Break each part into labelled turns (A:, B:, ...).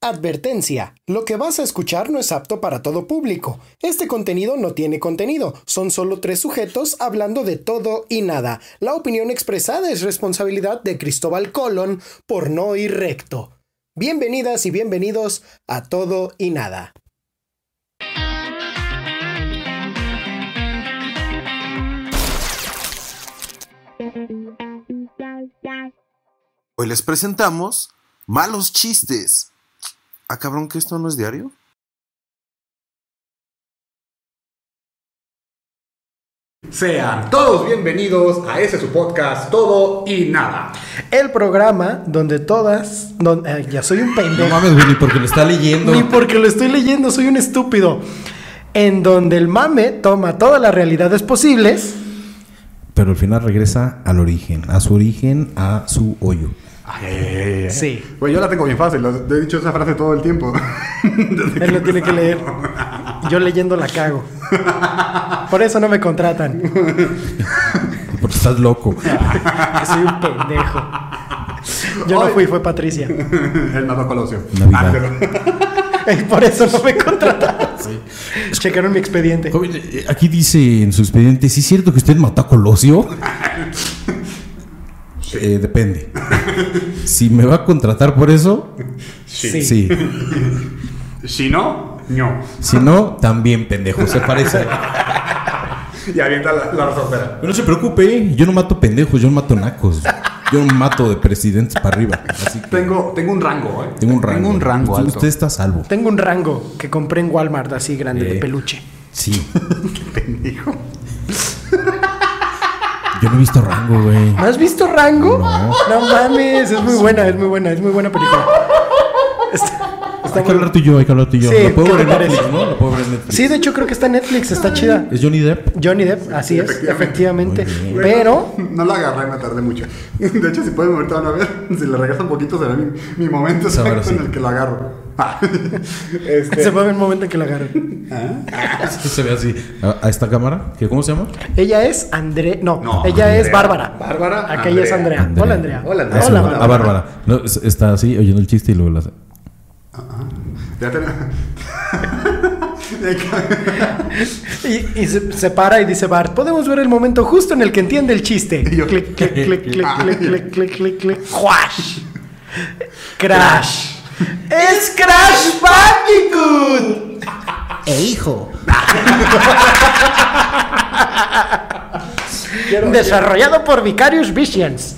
A: Advertencia. Lo que vas a escuchar no es apto para todo público. Este contenido no tiene contenido. Son solo tres sujetos hablando de todo y nada. La opinión expresada es responsabilidad de Cristóbal Colón por no ir recto. Bienvenidas y bienvenidos a todo y nada.
B: Hoy les presentamos Malos Chistes. Ah, cabrón, que esto no es diario.
C: Sean todos bienvenidos a ese su podcast Todo y Nada.
A: El programa donde todas... don- ay, ya soy un
D: No
A: pendejo.
D: mames, güey, ni porque lo está leyendo.
A: Ni porque lo estoy leyendo, soy un estúpido. En donde el mame toma todas las realidades posibles.
D: Pero al final regresa al origen, a su origen, a su hoyo.
C: Ay, ay, ay, ay, ay.
A: Sí.
C: Güey, yo la tengo bien fácil, lo- he dicho esa frase todo el tiempo. Desde
A: Él lo tiene que leer. Yo leyendo la cago. Por eso no me contratan.
D: Porque estás loco.
A: que soy un pendejo. Yo no
C: Ay.
A: fui, fue Patricia.
C: el Nato Colosio. Ah,
D: Navidad.
C: pero-
A: Y por eso no me contrataron. Checaron mi expediente.
D: Joven, eh, aquí dice en su expediente, ¿sí es cierto que usted mató a Colosio? Eh, depende. Si me va a contratar por eso,
A: Sí.
D: sí.
C: Si no, no.
D: Si no, también pendejo, se parece.
C: Y avienta la, la resortera.
D: Pero no se preocupe, yo no mato pendejos, yo no mato nacos. Yo no mato de presidentes para arriba. Así que
C: Tengo, tengo un rango, ¿eh?
D: tengo un rango.
C: Tengo un rango
D: Usted-
C: alto.
D: Usted está a salvo.
A: Tengo un rango que compré en Walmart así grande de
D: Eh.
A: peluche.
D: Sí. Yo no he visto rango, güey.
A: ¿No has visto Rango?
D: No.
A: mames, es muy buena, es muy buena, es muy buena película. Está, está
D: Hay que
A: muy-
D: hablar tú y yo, hay que hablar tú y yo.
A: Sí,
D: Lo puedo
A: ¿qué te
D: ver en Netflix,
A: parece?
D: ¿no? Lo puedo ver en Netflix.
A: Sí, de hecho creo que está en Netflix, está chida.
D: ¿Es Johnny Depp?
A: Johnny Depp, así es, efectivamente.
D: efectivamente. Muy
C: Güey,
A: Pero
C: No, no la agarré, me tardé mucho. De hecho, si pueden ahorita van a ver, si le regresa un poquito, será mi, mi momento
D: Sabrá,
C: exacto en
D: sí.
C: el que lo agarro. Ah, este,
A: se va a ver el momento en que la agarro.
D: Se ve así. ¿A, a esta cámara? ¿Qué, ¿Cómo se llama?
A: Ella es André, no,
C: No,
A: ella es
C: Andrea.
A: Bárbara.
C: Bárbara,
A: Aquella
C: Andrea.
A: es Andrea. Hola Andrea.
C: Hola,
D: Ah,
C: Andrea.
D: sí,
A: Hola,
D: a
A: Bárbara.
D: Bárbara. No, es- está así oyendo el chiste y luego la hace.
C: ya tenemos.
A: Y, y se, se para y dice Bart, podemos ver el momento justo en el que entiende el chiste.
C: Y yo,
A: clic, clic, clic, clic,
C: Ah.
A: clic, clic, clic, clic, clic, ¡Juash! ¡Crash! ¡Es Crash Bandicoot! ¡E hijo! Desarrollado por Vicarious Visions.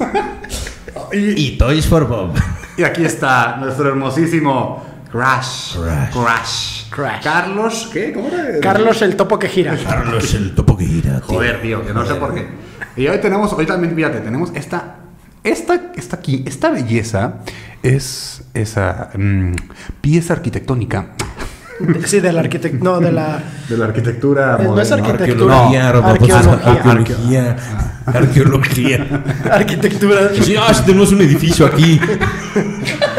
C: y,
D: Y Toys for Bob.
C: y aquí está nuestro hermosísimo Crash.
D: Crash.
C: Crash.
A: Crash.
C: Carlos, ¿qué? ¿Cómo era?
A: Carlos el topo que gira.
D: Carlos el topo que gira, tío.
C: Joder, tío, que no sé por qué. Y hoy tenemos, hoy también, fíjate, tenemos esta, esta, esta aquí, esta belleza es esa mm, pieza arquitectónica.
A: Sí, del arquitecto. No, de la.
C: De la arquitectura
A: No es
C: moderna.
A: arquitectura.
D: Arqueología,
A: No,
D: Roberto, pues,
C: arqueología.
D: arqueología. Arqueología.
A: Arquitectura.
D: Sí, ah, sí, tenemos un edificio aquí.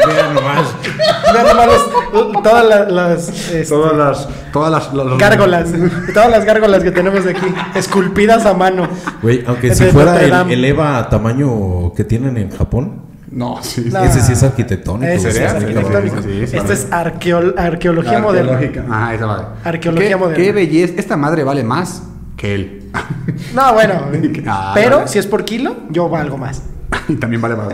D: Vean nomás.
A: Vean nomás los- todas la- las. este,
C: Todas las, todas las, las- las-
A: Gárgolas, todas las gárgolas que tenemos aquí, esculpidas a mano.
D: Güey, aunque
A: De
D: si fuera
A: Notre
D: el,
A: Dame.
D: el EVA a tamaño que tienen en Japón,
C: No, sí.
A: No. Ah.
D: ese sí es arquitectónico.
A: Ese sí
D: güey.
A: es
C: ¿Sería?
A: arquitectónico.
C: Sí, sí, sí.
A: Esta es arqueo- arqueología moderna.
C: Ajá, esa madre.
A: Arqueología
C: ¿Qué-
A: moderna.
C: Qué belleza. Esta madre vale más que él.
A: No, bueno,
C: Ah,
A: pero
C: vale.
A: si es por kilo, yo valgo más.
C: y también vale más.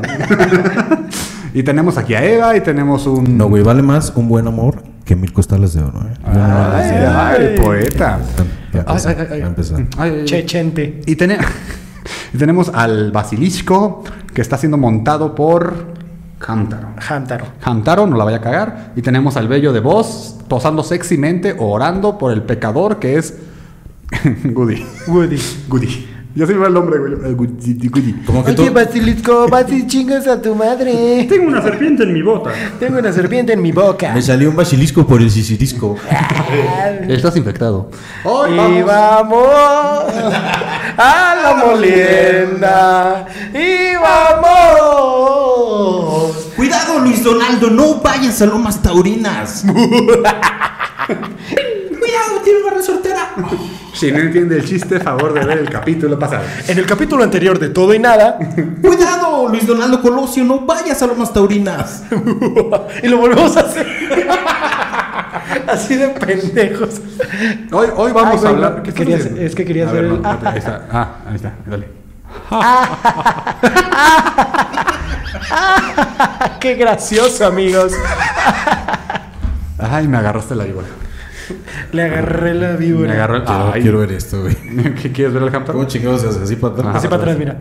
C: y tenemos aquí a Eva y tenemos un.
D: No, güey, vale más un buen amor que mil costales de oro. ¿eh? Ya no
C: Ay,
D: vales de-
C: ay,
A: ay.
C: poeta.
D: Ya empezó, ya empezó.
C: Ay, ay, ay.
A: Chechente.
C: Y, tene- y tenemos al basilisco que está siendo montado por Hamtaro.
A: Hamtaro.
C: Hamtaro, no la vaya a cagar. Y tenemos al bello de voz tosando sexymente, orando por el pecador que es Goody.
A: Woody.
C: Goody. Yo siempre el nombre, güey. Eh, Goody. Goody.
D: Como que tú-
A: Basilisco, vas y chingas a tu madre.
E: Tengo una serpiente en mi bota.
A: Tengo una serpiente en mi boca.
D: me salió un basilisco por el sisirisco.
C: Estás infectado. Hoy
A: Y
C: vamos-
A: vamos a la molienda. Y vamos.
D: Cuidado, Luis Donaldo, no vayas a Lomas Taurinas. Cuidado, tiene una resortera.
C: Si no entiende el chiste, favor de ver el capítulo pasado.
A: En el capítulo anterior de Todo y Nada,
D: Cuidado, Luis Donaldo Colosio, no vayas a Lomas Taurinas.
A: y lo volvemos a hacer. Así de pendejos.
C: Hoy, hoy vamos
A: Ay,
C: a
A: güey,
C: hablar.
A: no,
C: ¿qué estás
A: quería
C: haciendo?
A: hacer- es que quería
C: A
A: hacer
C: ver,
A: el-
C: no, espérate, ahí está. Ah, ahí está, dale.
A: Ah, Qué gracioso, amigos.
C: Ay, me agarraste la igual.
A: Le agarré la
C: Me
A: víbora.
C: agarró.
D: Quiero,
C: ay.
D: quiero ver esto, güey.
C: ¿Qué quieres ver el hamster?
D: ¿Cómo chingados se hace así para atrás?
C: Ajá.
A: Así para atrás, mira.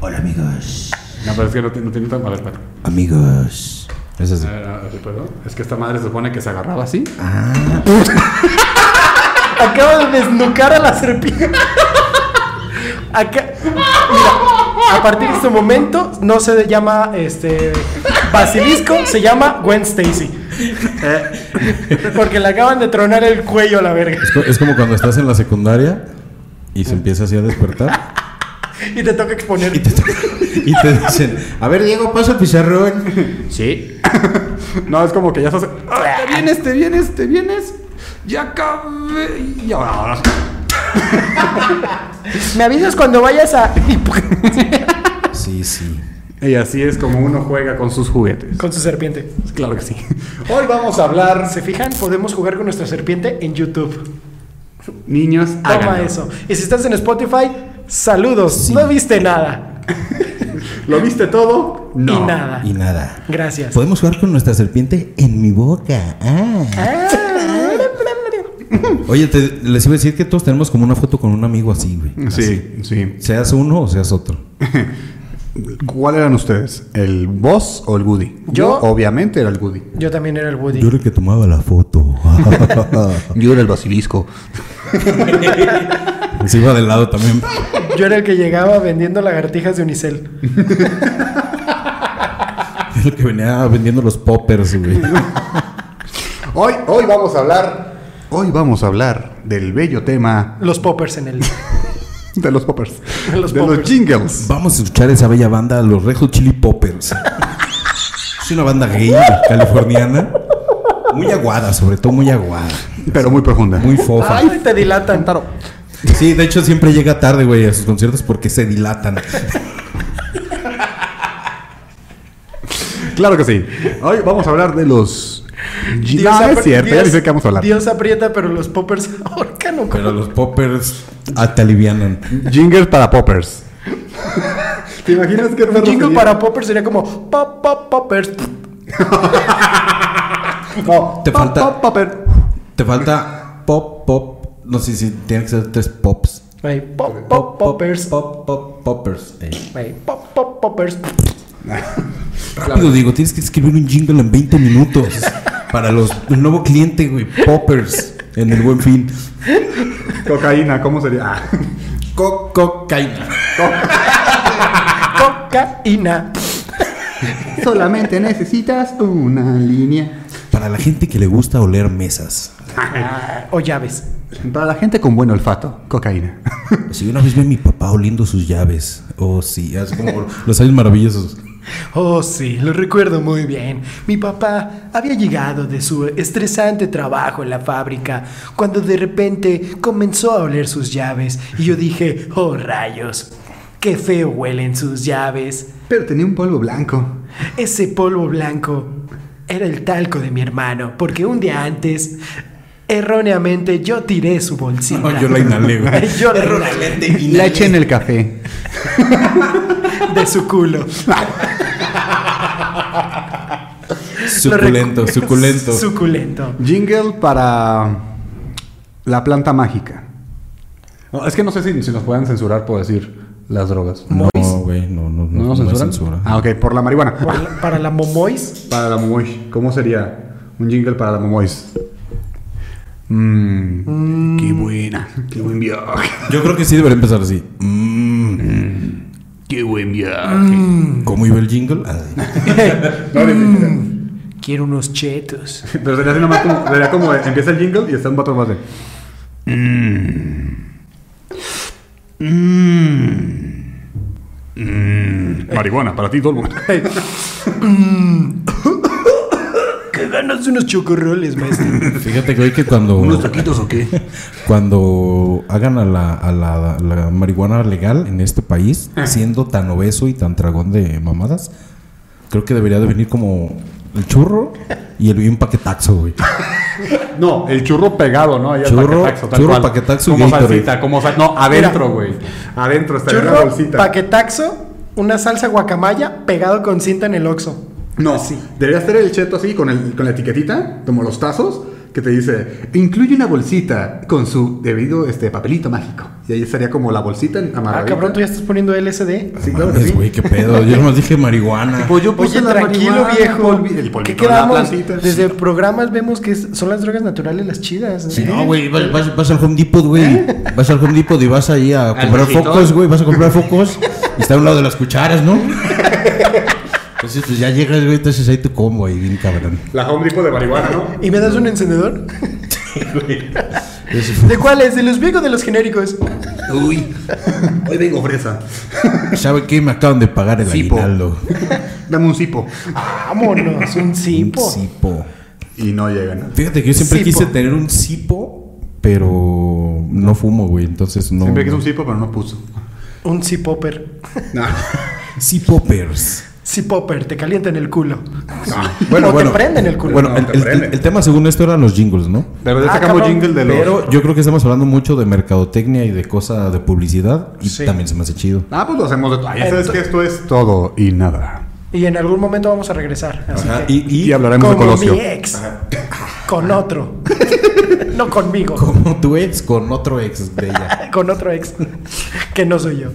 D: Hola, amigos.
C: No, pero es que no, tiene- no tiene tan. A ver, espérate.
D: Amigos. Es así.
C: Eh, eh, perdón. Es que esta madre se supone que se agarraba así.
A: Acaba de desnucar a la serpiente. Acá- mira, a partir de este momento no se llama este basilisco, se llama Gwen Stacy. Eh, Porque le acaban de tronar el cuello a la verga.
D: Es co- Es como cuando estás en la secundaria y se empieza así a despertar
A: Y te toca exponer.
D: y te, y te dicen, a ver Diego, pasa el pizarrón.
C: Sí. no, es como que ya estás. "Ah, Te vienes, te vienes, te vienes. Ya acabé. Y ahora, ahora.
A: Me avisas cuando vayas a.
D: Sí, sí.
C: Y así es como uno juega con sus juguetes.
A: Con su serpiente.
C: Claro que sí. Hoy vamos a hablar.
A: ¿Se fijan? Podemos jugar con nuestra serpiente en YouTube.
C: Niños,
A: Toma
C: háganlo.
A: eso. Y si estás en Spotify, saludos. No viste nada.
C: ¿Lo viste todo?
A: Y nada.
D: Y nada.
A: Gracias.
D: Podemos jugar con nuestra serpiente en mi boca. Ah. Oye, te- les iba a decir que todos tenemos como una foto con un amigo así, güey. Así.
C: Sí, sí.
D: Seas uno o seas otro.
C: ¿Cuál eran ustedes? ¿El Boss o el Goody?
A: Yo-
C: obviamente, era el Goody.
A: Yo también era el Woody.
D: Yo era el que tomaba la foto.
F: Yo era el basilisco.
D: Encima del lado también.
A: Yo era el que llegaba vendiendo lagartijas de Unicel.
D: El que venía vendiendo los poppers, güey.
C: Hoy, hoy vamos a hablar. Hoy vamos a hablar del bello tema
A: Los poppers en el.
C: de los poppers.
A: De los
C: de los
A: poppers.
C: jingles.
D: Vamos a escuchar esa bella banda, los Red Hot Chili Poppers. Es una banda gay californiana. Muy aguada, sobre todo muy aguada.
C: Pero muy profunda.
D: Muy fofa.
A: Ay, te dilatan.
D: Sí, de hecho siempre llega tarde, güey, a sus conciertos porque se dilatan.
C: Claro que sí. Hoy vamos a hablar de los. jingles. no, no
A: apri-
C: es cierto, ya
A: Dios-
C: ni sé qué vamos a hablar.
A: Dios aprieta, pero los poppers ahorcan o
D: Pero
A: cómo?
D: los poppers ah, te alivianan.
C: Jingles para poppers. ¿Te imaginas qué
A: Un
C: perro
A: jingle
C: sería?
A: para poppers sería como pop, pop, poppers.
C: No,
D: Te
C: pop,
D: falta-
C: pop, popper.
D: Te falta pop, pop. No sé si tiene que ser tres pops.
A: Ay, pop, pop, poppers.
D: Pop, pop, poppers. Eh.
A: Ay, pop, pop, poppers.
D: Rápido, digo, tienes que escribir un jingle en 20 minutos para los, el nuevo cliente, güey. Poppers. En el buen fin.
C: Cocaína, ¿cómo sería? Ah.
D: Cocaína.
A: Cocaína.
C: Solamente necesitas una línea.
D: Para la gente que le gusta oler mesas.
A: Ah, O llaves.
C: Para la gente con buen olfato, cocaína.
D: Si una vez vi a mi papá oliendo sus llaves. Oh, sí, así como los años maravillosos.
A: Oh, sí, lo recuerdo muy bien. Mi papá había llegado de su estresante trabajo en la fábrica cuando de repente comenzó a oler sus llaves y yo dije, oh rayos, qué feo huelen sus llaves.
C: Pero tenía un polvo blanco.
A: Ese polvo blanco era el talco de mi hermano, porque un día antes, erróneamente, yo tiré su bolsita.
D: No, yo la inhalé, güey.
A: Yo la inhalé
C: La eché en el café.
A: de su culo.
D: Suculento,
A: Lo recu-
D: suculento.
A: Suculento.
C: Jingle para la planta mágica. No, es que no sé si, si nos puedan censurar por decir las drogas.
D: No, güey, no, no,
C: ¿No
D: no,
C: nos
D: no hay
C: censuran?
D: censura.
C: Ah, ok, por la marihuana.
A: Para la- para la momois,
C: Para la momoy. ¿Cómo sería un jingle para la momois? Mmm.
D: Mm.
C: Qué buena. Qué buen viaje.
D: Yo creo que sí debería empezar así. Mm,
C: Qué buen viaje.
D: ¿Cómo iba el jingle? Ah,
C: No, no, no.
A: quiero unos chetos.
C: Pero sería así nomás como, sería como eh, empieza el jingle y está un vato más de. Marihuana, para ti todo el mundo.
A: ganas de unos chocorroles, maestro.
D: Fíjate que hoy que cuando,
C: ¿Unos taquitos o qué?
D: cuando hagan a, la, a la- la marihuana legal en este país, siendo tan obeso y tan tragón de mamadas, creo que debería de venir como el churro y, el, y un paquetaxo, güey.
C: No, el churro pegado, ¿no? Ahí al
D: Churro-
C: tal
D: churro,
C: cual.
D: paquetaxo y
C: Como
D: Gatorade.
C: salsita, como sal- No, adentro,
A: Mira.
C: güey. Adentro está en la
A: Churro,
C: bolsita.
A: paquetaxo, una salsa guacamaya pegado con cinta en el oxo.
C: No, debería ser el cheto así, con, el, con la etiquetita, como los tazos, que te dice, incluye una bolsita con su debido este, papelito mágico. Y ahí estaría como la bolsita
A: Ah,
C: amarradita.
A: cabrón, tú ya estás poniendo LSD.
C: Sí, claro que
D: Mames,
C: sí.
D: güey, qué pedo. Yo nomás dije marihuana.
C: Pues yo puse
A: Oye,
C: la
A: tranquilo,
C: marihuana,
A: viejo.
C: polvi- el
A: ¿Qué
C: polvito, la
A: quedamos?
C: plantita.
A: Desde programas vemos que es- son las drogas naturales las chidas.
D: Sí,
A: ¿eh?
D: no, güey, vas, vas- vas al Home Depot, güey. Vas al Home Depot y vas ahí a comprar
G: rojito?
D: focos, güey. Vas a comprar focos y está a un lado de las cucharas, ¿no? Entonces, pues ya llegas, güey, entonces ahí tu combo ahí, bien cabrón.
C: La Home Depot de marihuana, ¿no?
A: ¿Y me das un encendedor?
D: Entonces,
A: ¿De cuáles? ¿De los viejos o de los genéricos?
C: Uy, hoy vengo fresa.
D: ¿Sabe qué? Me acaban de pagar el
C: Sipo.
D: aguinaldo.
C: Dame un cipo.
A: Vámonos, un cipo.
D: Un sipo.
C: Y no llegan.
D: Fíjate que yo siempre
A: Sipo.
D: quise tener un sipo, pero no fumo, güey. Entonces no.
C: Siempre quise un cipo, pero no puso.
A: Un cipopper.
C: No.
D: Sipopers.
A: Cipopper, te calientan el culo.
D: Bueno,
A: o
D: bueno.
A: te prenden el culo.
D: Bueno,
C: No,
D: el,
C: te
D: el-
C: prenden.
D: el tema según esto eran los jingles, ¿no?
C: De verdad
A: Ah,
C: sacamos
A: cabrón,
C: jingle de los...
D: Pero yo creo que estamos hablando mucho de mercadotecnia y de cosa de publicidad. Y
A: Sí.
D: también se me hace chido.
C: Ah, pues lo hacemos de todo. Ahí sabes que esto es todo y nada.
A: Y en algún momento vamos a regresar. Así que,
D: Y, y-
C: Y hablaremos de
A: como
C: Colosio.
A: mi ex. Con otro. no conmigo.
D: como tu ex con otro ex de ella.
A: Con otro ex. Que no soy yo.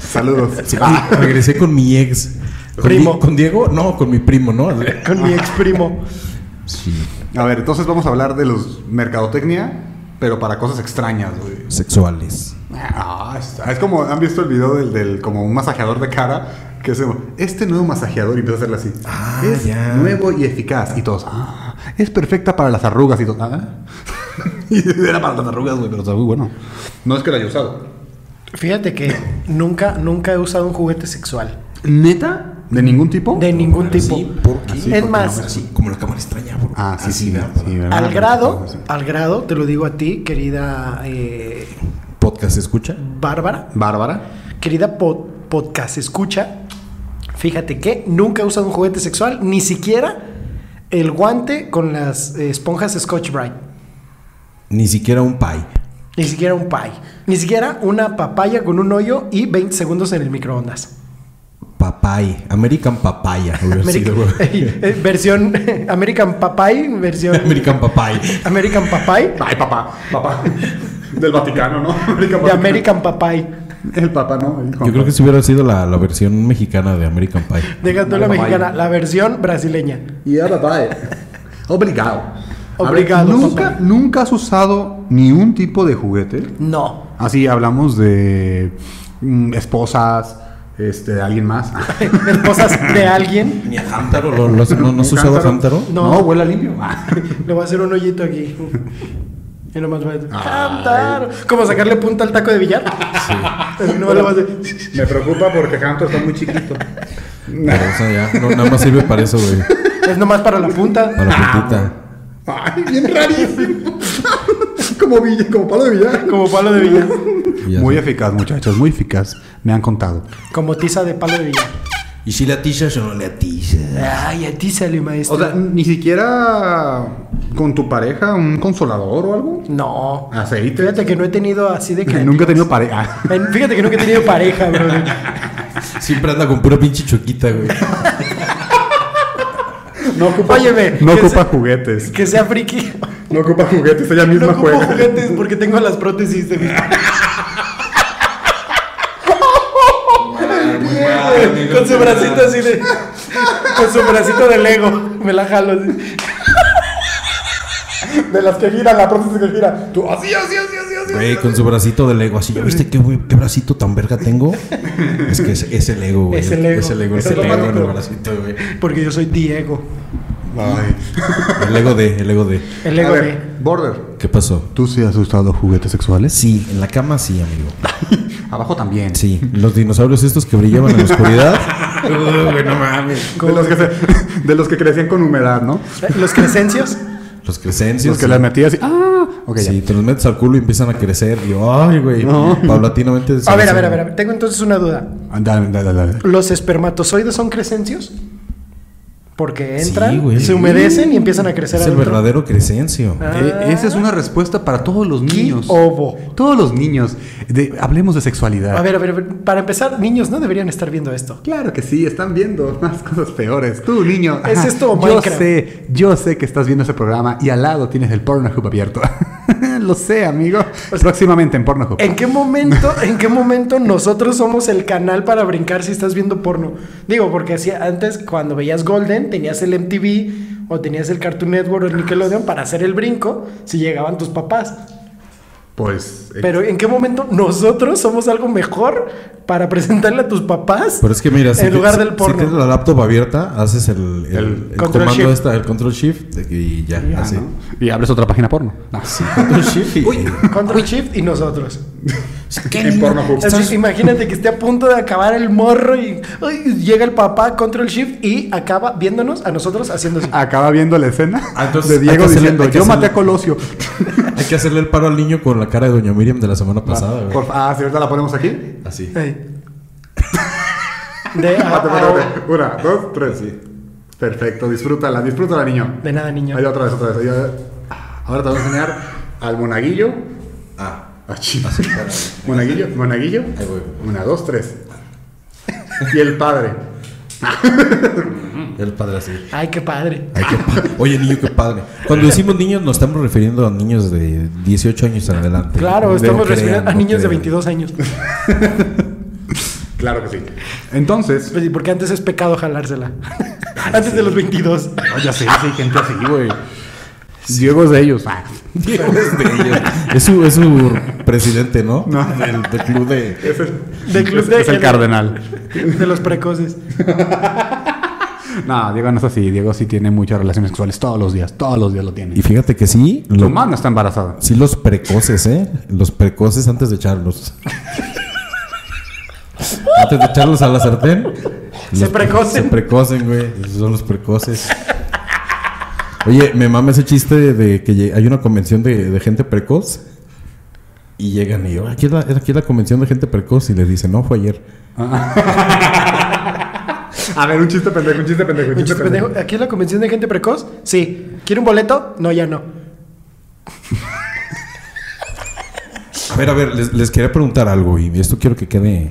C: Saludos.
D: Ah, regresé con mi ex. ¿Con
A: Primo.
D: Di- ¿Con Diego? No, con mi primo, ¿no?
A: Con mi ex primo.
D: Sí.
C: A ver, entonces vamos a hablar de los mercadotecnia, pero para cosas extrañas, güey.
D: Sexuales.
C: Ah, está- es como, ¿han visto el video del, del- como un masajeador de cara? Que es como, este nuevo masajeador y empieza a hacerle así.
D: Ah,
C: es
D: ya.
C: nuevo y eficaz. Y todos, ah, es perfecta para las arrugas y todo. Ah. y era para las arrugas, güey, pero está muy bueno. No es que lo haya usado.
A: Fíjate que nunca, nunca he usado un juguete sexual.
C: ¿Neta? ¿De ningún tipo?
A: De ningún tipo.
C: Sí,
A: es
C: porque
A: más,
D: Así, como la cámara extraña, bro.
C: Ah, sí,
D: Así,
C: sí,
D: ¿verdad?
C: sí, ¿verdad?
A: al grado, al grado, te lo digo a ti, querida eh,
D: Podcast, ¿se escucha?
A: Bárbara,
C: Bárbara.
A: querida pod- podcast escucha. Fíjate que nunca he usado un juguete sexual, ni siquiera el guante con las eh, esponjas Scotch Brite,
D: Ni siquiera un pie.
A: ni siquiera un pie, ni siquiera una papaya con un hoyo y 20 segundos en el microondas.
D: Papay. American papaya. hubiera sido,
A: American,
D: güey.
A: eh, eh, versión American Papay, versión
D: American papay.
A: American Papay
C: Ay, papá, papá. Del Vaticano, ¿no? América
A: de
C: Vaticano.
A: American Papay.
C: El papá, ¿no? El
D: Yo creo que si hubiera sido la, la versión mexicana de American Pie.
A: Deja tú la
C: Vale,
A: mexicana,
C: bye.
A: la versión brasileña.
C: Y ahora va. eh. Obligado. A ver,
A: Obligado,
C: ¿Nunca,
A: papá.
C: ¿Nunca has usado ni un tipo de juguete?
A: No.
C: Así hablamos de mm, esposas, este, de alguien más.
A: Esposas de alguien.
D: Ni a Hamtaro. ¿Lo, lo- no, ¿No has usado a Hamtaro?
A: No.
C: No, huele a limpio. Ah.
A: Le voy a hacer un hoyito aquí. Y nomás va a decir,
C: Ah.
A: "Hamtaro". Como sacarle punta al taco de billar. Sí. No lo vas a decir.
C: Me preocupa porque Hampton está muy chiquito.
D: Pero eso ya, no, nada más sirve para eso, güey.
A: Es nomás para la punta.
D: Para la puntita.
C: Ay, bien rarísimo. como, Villa- como palo de billar.
A: Como palo de billar.
D: Y ya.
C: Muy eficaz, muchachos, muy eficaz. Me han contado.
A: Como tiza de palo de billar.
D: ¿Y si le atizas o no le atizas?
A: Ay, a ti sale, maestro.
C: O sea, ni siquiera con tu pareja un consolador o algo.
A: no.
C: Aceite.
A: Fíjate que no he tenido así de que.
C: Nunca he tenido pareja.
A: Fíjate que nunca he tenido pareja, bro.
D: Siempre anda con pura pinche choquita, güey.
C: No ocupa,
A: Óyeme,
C: no
A: que
C: ocupa
A: se-
C: juguetes.
A: Que sea friki.
C: No ocupa juguetes, ella misma
A: No ocupo
C: juega.
A: juguetes porque tengo las prótesis de mi Con su bracito así de. Con su bracito de Lego. Me la jalo. así.
C: De las que giran, la prótesis que gira. Tú, "Ah, así, así, así, así, así.
D: Güey, con su bracito de Lego así. ¿Ya viste qué, güey- qué bracito tan verga tengo? Es que es, es el Ego, güey.
A: Es el ego.
D: Es el Ego,
A: Es
D: es el Lego en el
A: automático.
D: bracito, güey.
A: Porque yo soy Diego.
C: Ay.
D: El ego de, el ego de.
A: El
C: A
A: ego
C: ver,
A: de.
C: Border.
D: ¿Qué pasó?
C: ¿Tú sí has usado juguetes sexuales?
D: Sí, en la cama sí, amigo.
C: Abajo también.
D: Sí, los dinosaurios estos que brillaban en la oscuridad.
C: De los, que se- de los que crecían con humedad, ¿no?
A: Los crecencios.
D: Los crecencios.
C: Los que
D: sí.
C: las metías y. ¡Ah! Ok, ya.
D: Sí, te los metes al culo y empiezan a crecer. Y, ay, güey. Paulatinamente. se
A: A ver, a
D: hacen-
A: ver, a ver, a ver. Tengo entonces una duda.
C: Ah, Dale, dale, dale.
A: ¿Los espermatozoides son crecencios? Porque
D: Sí,
A: entran,
D: güey.
A: se humedecen y empiezan a crecer
D: Es el
A: adentro. Ah.
D: verdadero crecencio.
C: Eh, esa es una respuesta para todos los
A: ¿Qué
C: niños.
A: ovo?
C: Todos los niños. De- hablemos de sexualidad.
A: A ver, a ver, a ver, para empezar, niños no deberían estar viendo esto.
C: Claro que sí, están viendo más cosas peores. Tú, niño.
A: ¿Es esto o
C: Yo
A: Minecraft?
C: sé, yo sé que estás viendo ese programa y al lado tienes el Pornhub abierto. Lo sé, amigo. Próximamente en Pornhub.
A: Pues, ¿En qué momento, en qué momento nosotros somos el canal para brincar si estás viendo porno? Digo, porque si antes cuando veías Golden tenías el MTV o tenías el Cartoon Network o el Nickelodeon para hacer el brinco si llegaban tus papás.
C: Pues. eh,
A: Pero ¿en qué momento nosotros somos algo mejor para presentarle a tus papás?
D: Pero es que mira,
A: en
D: te-
A: lugar del
D: si
A: porno.
D: tienes la laptop abierta, haces el, el, el
A: control
D: comando
A: shift.
D: esta, el control shift y ya,
C: ya,
D: así.
C: ¿no? Y abres otra página porno. No.
D: Control shift y
A: Control Shift y nosotros.
C: en Pornhub.
A: Así, imagínate que esté a punto de acabar el morro y ay, llega el papá, Control Shift y acaba viéndonos a nosotros haciendo así.
C: Acaba viendo la escena
D: Ah, entonces,
C: de Diego
D: hay que hacerle-
C: diciendo:
D: hay que
C: Yo maté
D: hacerle-
C: a Colosio.
D: hay que hacerle el paro al niño con la cara de Doña Miriam de la semana pasada, güey.
C: Por- ah, si ahorita la ponemos aquí.
D: Así.
A: Ay. De, ah, a-
C: Ah, Espérate, espérate,
A: a-
C: espérate. Una, dos, tres, sí. Perfecto, disfrútala, disfrútala, niño.
A: de nada, niño.
C: Ahí otra vez, otra vez. ahí, ah. Ahora te voy a enseñar al monaguillo.
D: Ah,
C: Ah, ching. Monaguillo, monaguillo.
D: Ahí voy.
C: Una, dos, tres. Y el padre.
D: el padre así.
A: Ay, qué padre.
D: Ay, qué pa- Oye, niño, qué padre. Cuando decimos niños, nos estamos refiriendo a niños de 18 años en adelante.
A: Claro,
D: No
A: estamos
D: crean,
A: refiriendo a
D: no
A: niños de
D: crean.
A: 22 años. Pues
C: Claro que sí. Entonces.
A: Pues sí, Porque antes es pecado jalársela. Antes de los 22.
C: Ah, ya sé, sí, gente así, güey. Diego es de ellos. Ah.
D: Diego es de ellos. Es su, es su presidente, ¿no?
C: No.
D: Del, del club de.
C: Es el,
A: Del club
C: es-
A: de-
C: es el cardenal.
A: De los precoces.
C: No, Diego no es así. Diego sí tiene muchas relaciones sexuales todos los días. Todos los días lo tiene.
D: Y fíjate que sí,
C: Su
D: lo,
C: mamá no está embarazada.
D: sí los precoces, ¿eh? Los precoces antes de echarlos. antes de echarlos a la sartén.
A: Se
D: los-
A: precocen.
D: Se precocen, güey. Esos son los precoces. Oye, me mama ese chiste de que lle- hay una convención de, de gente precoz. Y llegan y yo, aquí es, la, aquí es la convención de gente precoz. Y les dicen, no, fue ayer.
C: A ver, un chiste pendejo, un chiste pendejo, un
A: Un
C: chiste,
A: chiste pendejo. ¿Aquí es la convención de gente precoz? Sí. ¿Quiere un boleto? No, ya no.
D: A ver, a ver, les, les quería preguntar algo. Y esto quiero que quede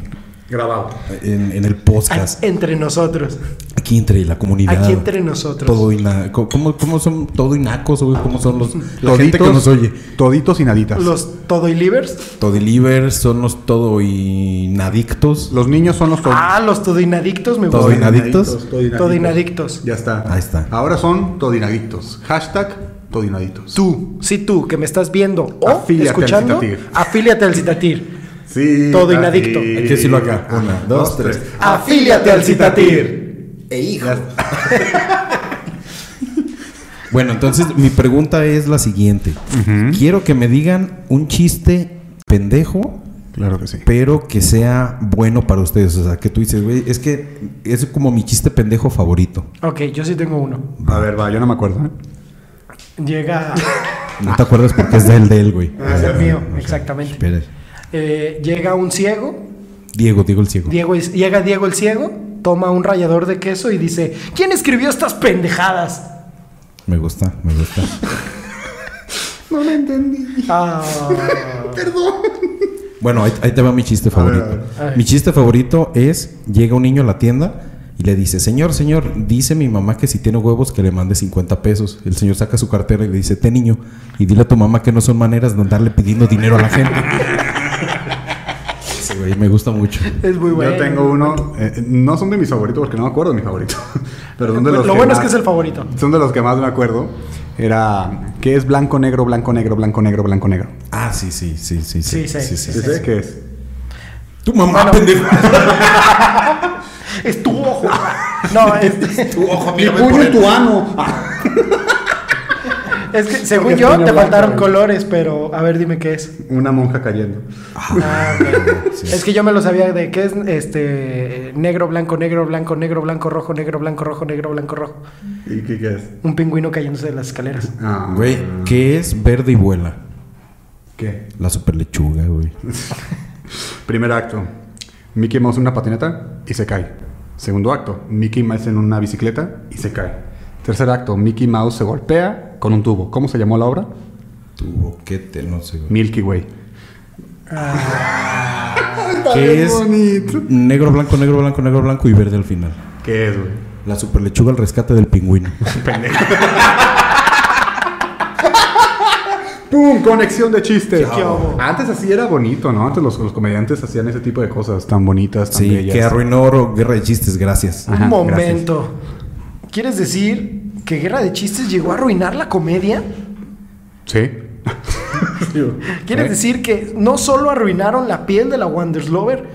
C: Grabado.
D: en, en el
A: Ay,
D: podcast.
A: entre nosotros.
D: Aquí entre la comunidad.
A: Aquí entre nosotros.
D: Todo y na- co- ¿Cómo, cómo son todo y nacos, güey? ¿Cómo son los, la
C: Toditos,
D: gente que nos oye?
C: Toditos y naditas. Los,
A: Los todo y livers.
D: Todilivers, son los todo y nadictos.
C: niños son los toditos.
A: Ah, los todinadictos me
D: Todo y
A: gustan.
D: nadictos.
A: Todinadictos.
C: Ya está.
D: Ahí está.
C: Ahora son todinadictos. Hashtag todinadictos.
A: Tú, sí tú, que me estás viendo o
C: Afíliate al
A: escuchando,
C: Citatir.
A: afíliate al Citatir.
C: Sí.
A: Todinadicto.
C: así.
D: Hay que decirlo acá. Una, dos, tres.
A: Afíliate al Citatir.
D: E hijo. bueno, entonces mi pregunta es la siguiente. Quiero que me digan un chiste pendejo
C: Claro que sí.
D: pero que sea bueno para ustedes. O sea, que tú dices, güey, es que es como mi chiste pendejo favorito.
A: Ok, yo sí tengo uno.
C: A ver, va, yo no me acuerdo. ¿eh?
A: Llega.
D: No te acuerdas porque es del de él, güey.
A: es el
D: Ah,
A: mío,
D: ok.
A: exactamente.
D: Espera.
A: eh, llega un ciego.
D: Diego, Diego el ciego.
A: Diego, es- llega Diego el ciego, toma un rallador de queso y dice: ¿Quién escribió estas pendejadas?
D: Me gusta, me gusta.
A: Ah,
D: Bueno, ahí, ahí te va mi chiste favorito.
C: a ver.
A: A ver.
D: Mi chiste favorito es, llega un niño a la tienda y le dice, señor, señor, dice mi mamá que si tiene huevos que le mande 50 pesos. El señor saca su cartera y le dice, te niño, y dile a tu mamá que no son maneras de andarle pidiendo dinero a la gente. Ese güey me gusta mucho.
A: es muy bueno.
C: Yo tengo uno. eh, no son de mis favoritos porque no me acuerdo de mi favorito. Pero son de los
A: Lo
C: que
A: bueno es
C: más-
A: que es el favorito.
C: Son de los que más me acuerdo. Era. ¿Qué es blanco, negro, blanco, negro, blanco, negro, blanco, negro?
D: Ah, sí, sí, sí, sí,
A: Sí, sí.
C: ¿Sí sé ¿Qué es?
D: Tu mamá,
A: Bueno.
D: pendejo.
A: Es tu ojo. No, este,
B: Tu ojo,
C: Mi
B: mírame por
C: puño y
B: el-
C: tu ano. Ah,
A: es que según
C: Porque
A: yo
C: puño
A: te
C: blanco,
A: faltaron
C: eh.
A: colores, pero a ver, dime qué es.
C: Una monja cayendo.
A: Ah, ok. Es que yo me lo sabía de qué es este negro, blanco, negro, blanco, negro, blanco, rojo, negro, blanco, rojo, negro, blanco, rojo.
C: ¿Y qué, qué es?
A: Un pingüino cayéndose de las escaleras.
C: Ah,
D: Güey, ¿qué es verde y vuela?
C: ¿Qué?
D: La super lechuga, güey.
C: Primer acto. Mickey Mouse en una patineta y se cae. Segundo acto. Mickey Mouse en una bicicleta y se cae. Tercer acto. Mickey Mouse se golpea con un tubo. ¿Cómo se llamó la obra?
D: Tu boquete, no sé, güey.
C: Milky Way.
D: ¿Qué es negro, blanco, negro, blanco, negro, blanco y verde al final?
C: ¿Qué es, güey?
D: La super lechuga al rescate del pingüino.
C: ¡Pum! Conexión de chistes.
A: ¿Qué hubo?
C: Antes así era bonito, ¿no? Antes los, los comediantes hacían ese tipo de cosas tan bonitas, tan
D: Sí,
C: bellas.
D: que arruinó Oro, Guerra de Chistes, gracias.
C: Ajá,
A: Un momento. ¿Quieres decir que Guerra de Chistes llegó a arruinar la comedia?
C: Sí.
A: ¿Quieres decir que no solo arruinaron la piel de la Wanderslover?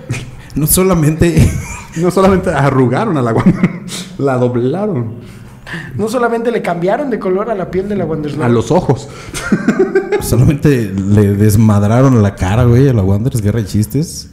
D: No solamente...
C: No solamente arrugaron a la guan- la doblaron
A: No solamente le cambiaron de color a la piel de la Wanderslover.
C: a los ojos.
D: Solamente le desmadraron la cara, güey, a la Wanderers Guerra de Chistes.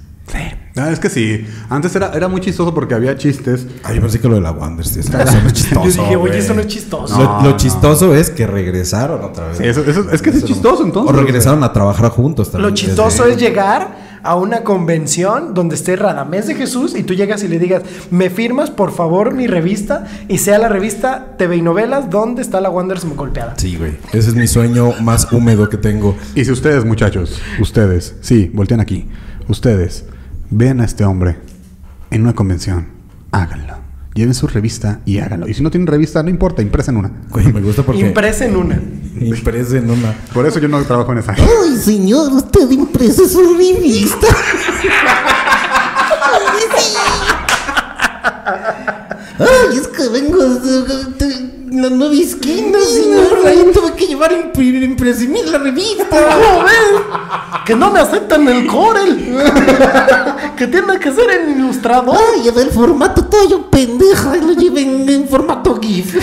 C: Ah, es que sí. Antes era, era muy chistoso porque había chistes.
D: Ay, yo pensé que lo de la Wanderers, tío. Eso no es chistoso.
A: Yo dije, oye,
D: güey.
A: eso no es chistoso.
D: Lo, lo chistoso es que regresaron otra vez.
C: Sí, eso- eso- es que es
D: Eso no-
C: chistoso, entonces.
D: O regresaron a trabajar juntos también.
A: Lo chistoso
D: desde-
A: es llegar a una convención donde esté Radamés de Jesús y tú llegas y le digas, me firmas por favor mi revista y sea la revista TV y Novelas donde está la Wanderers golpeada.
D: Sí, güey. Ese es mi sueño más húmedo que tengo.
C: Y si ustedes, muchachos, ustedes, sí, voltean aquí. Ustedes, vean a este hombre en una convención. Háganlo. Lleven su revista y háganlo. Y si no tienen revista, no importa, impresen una.
D: Güey, me gusta porque...
A: Impresa en una.
D: Impresa en una...
C: Por eso yo no trabajo en esa.
H: Ay, señor, usted impresa su revista. Ay, sí. Ay, es que vengo de, de- de la nueva esquina, señor. Ahí tuve que llevar a imprimir, imprimir la revista.
A: ¡Oh, ven! Que no me aceptan el Corel. que tiene que ser en ilustrador.
H: Ay, a ver, formato todo pendeja. Lo llevé en, en formato GIF.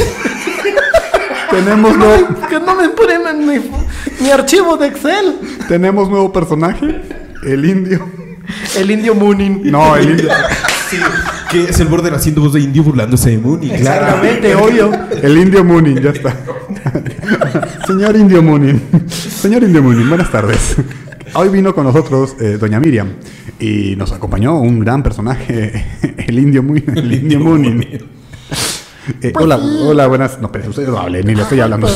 C: Tenemos, nuevo,
A: Que no me ponen en mi, mi archivo de Excel.
C: tenemos nuevo personaje, el indio.
A: El indio Moonin.
C: No, el indio.
D: Que es el borde de las voz de indio burlándose de Mooney.
A: Claramente, obvio.
C: El indio Moonin, ya está. Señor indio Moonin. Señor indio Moonin, buenas tardes. Hoy vino con nosotros eh, doña Miriam y nos acompañó un gran personaje, el indio Moonin. El indio Moonin. Eh, hola, hola, buenas. No, pero usted no hable, ni le estoy hablando.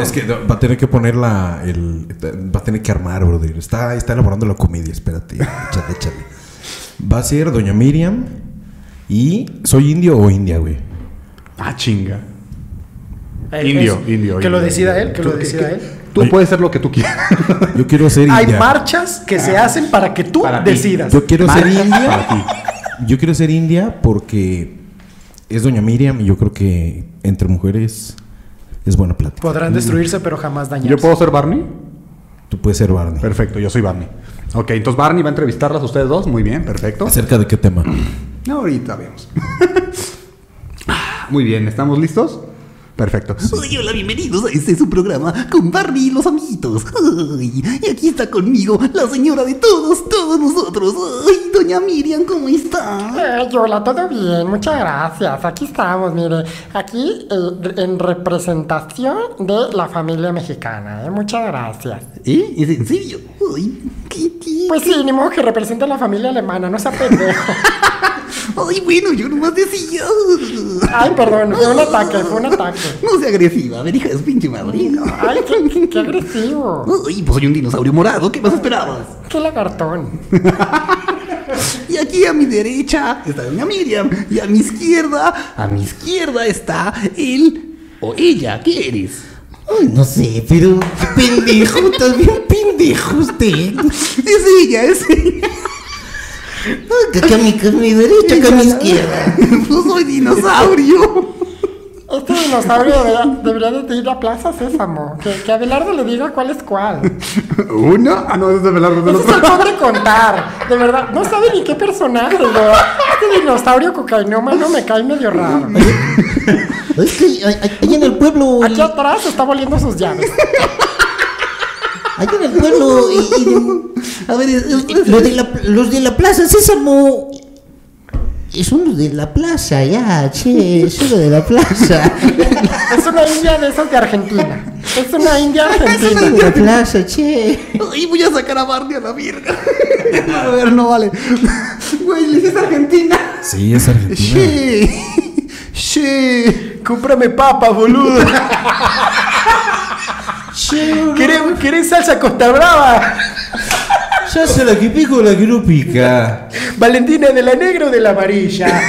D: Es que va a tener que poner la. El, va a tener que armar, brother. Está, está elaborando la comedia, espérate. Échale, échale. Va a ser Doña Miriam. Y. ¿Soy indio o india, güey?
C: Ah, chinga.
A: Él
C: Indio,
A: Eh, es-
C: indio,
A: Que lo
C: indio.
A: decida él, que lo
C: ¿Tú qué-
A: decida
C: qué-
A: él.
C: Tú puedes ser lo que tú quieras.
D: Yo quiero ser
A: Hay
D: india.
A: marchas que
I: Ah.
A: se hacen para que tú
C: Para ti.
A: decidas.
D: Yo quiero ser
C: Marcas
D: india.
C: para ti.
D: Yo quiero ser india porque es Doña Miriam y yo creo que entre mujeres es buena plática.
A: Podrán destruirse, pero jamás dañarse.
C: ¿Yo puedo ser Barney?
D: Tú puedes ser Barney.
C: Perfecto, yo soy Barney. Ok, entonces Barney va a entrevistarlas a ustedes dos. Muy bien, perfecto.
D: ¿Acerca de qué tema?
C: No, ahorita vemos. Muy bien, ¿estamos listos? Perfecto.
H: Ay, hola, bienvenidos a este su programa con Barney y los amiguitos. Ay, y aquí está conmigo la señora de todos, todos nosotros. Ay, doña Miriam, ¿cómo está?
I: Ay, hola, Eh, todo bien, muchas gracias. Aquí estamos, mire, aquí eh, en representación de la familia mexicana, ¿eh? muchas gracias.
H: ¿Eh? ¿Es en serio? Ay, ¿qué, qué?
I: Pues sí, ni modo que representa a la familia alemana, no sea pendejo.
H: Ay, bueno, yo nomás decía.
I: Ay, perdón, ah, fue un ataque, fue un ataque.
H: No sea agresiva, a ver, hija, es pinche madrina.
I: Ay, qué, qué- qué agresivo,
H: Ay, pues soy un dinosaurio morado, ¿qué más esperabas?
I: qué lagartón.
H: Y aquí a mi derecha está doña Miriam. Y a mi izquierda, a mi izquierda está él o ella. ¿Qué eres? Ay, no sé, pero pendejo, también pendejo usted. Es ella, es ella. Acá a mi, a mi derecha, acá a mi izquierda. No soy dinosaurio.
I: Es Este dinosaurio debería, debería de ir a Plaza Sésamo. Que, que Abelardo le diga cuál es cuál.
C: ¿Uno? Ah, no, es de Belardo del
I: Ese es el
C: otro.
I: pobre contar. De verdad, no sabe ni qué personaje. de verdad. Este dinosaurio cocainómano me cae medio raro.
H: Es que ahí- ahí ahí en el pueblo.
I: Aquí atrás está volviendo sus llaves.
H: Ahí en el pueblo. y- y de- a ver, es- es- lo de la- los de la plaza Sésamo. Es uno de la plaza, ya, che. Es uno de la plaza.
I: Es una india de esas de Argentina. Es una india
H: Es uno
I: argentina.
H: de la plaza, che.
B: Y voy a sacar a Barney a la verga.
H: A ver, no vale. Güey, le hiciste Argentina.
D: Sí, es Argentina.
H: Che. Che.
A: Cómprame papa, boludo.
H: Che.
A: ¿Querés, querés salsa Costa Brava?
D: Ya se la que pico, la que no pica.
A: ¿Valentina de la negra o de la amarilla?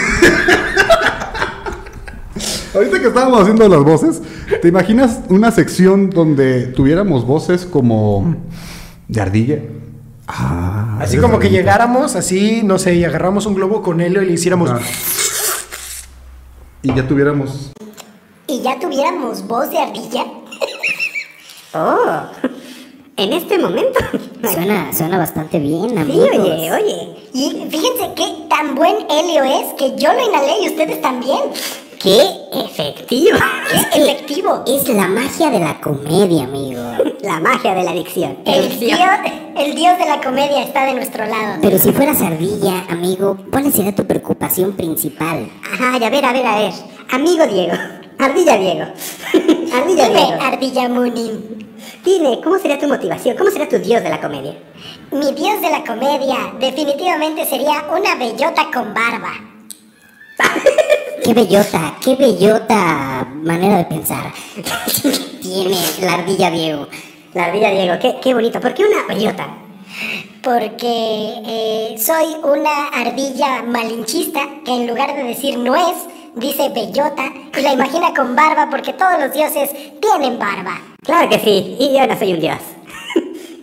C: Ahorita que estábamos haciendo las voces, ¿te imaginas una sección donde tuviéramos voces como de ardilla? Ah,
A: Así
C: es
A: como que
C: ardilla.
A: llegáramos, así, no sé, y agarramos un globo con helio y le hiciéramos.
C: Ah. Y ya tuviéramos.
J: y ya tuviéramos voz de ardilla.
K: Oh,
J: En este momento.
K: suena, suena bastante bien,
J: Sí,
K: amigos.
J: oye, oye. Y fíjense qué tan buen helio es que yo lo inhalé y ustedes también.
K: Qué efectivo.
J: ¡Qué efectivo!
K: Es la magia de la comedia, amigo.
J: La magia de la adicción. El
K: Adicción.
J: dios, el dios de la comedia está de nuestro lado.
K: Pero si fueras ardilla, amigo, ¿cuál sería tu preocupación principal?
J: Ay, a ver, a ver, a ver. Amigo Diego. Ardilla Diego. Ardilla
K: Dime,
J: Diego. Ardilla Munin. Dime, ¿cómo sería tu motivación? ¿Cómo sería tu dios de la comedia? Mi dios de la comedia definitivamente sería una bellota con barba.
K: Qué bellota, qué bellota manera de pensar. Tiene la ardilla Diego.
J: La ardilla Diego, qué, qué bonito. ¿Por qué una bellota? Porque eh, soy una ardilla malinchista que en lugar de decir nuez, dice bellota y la imagina con barba porque todos los dioses tienen barba.
K: Claro que sí, y yo no soy un dios.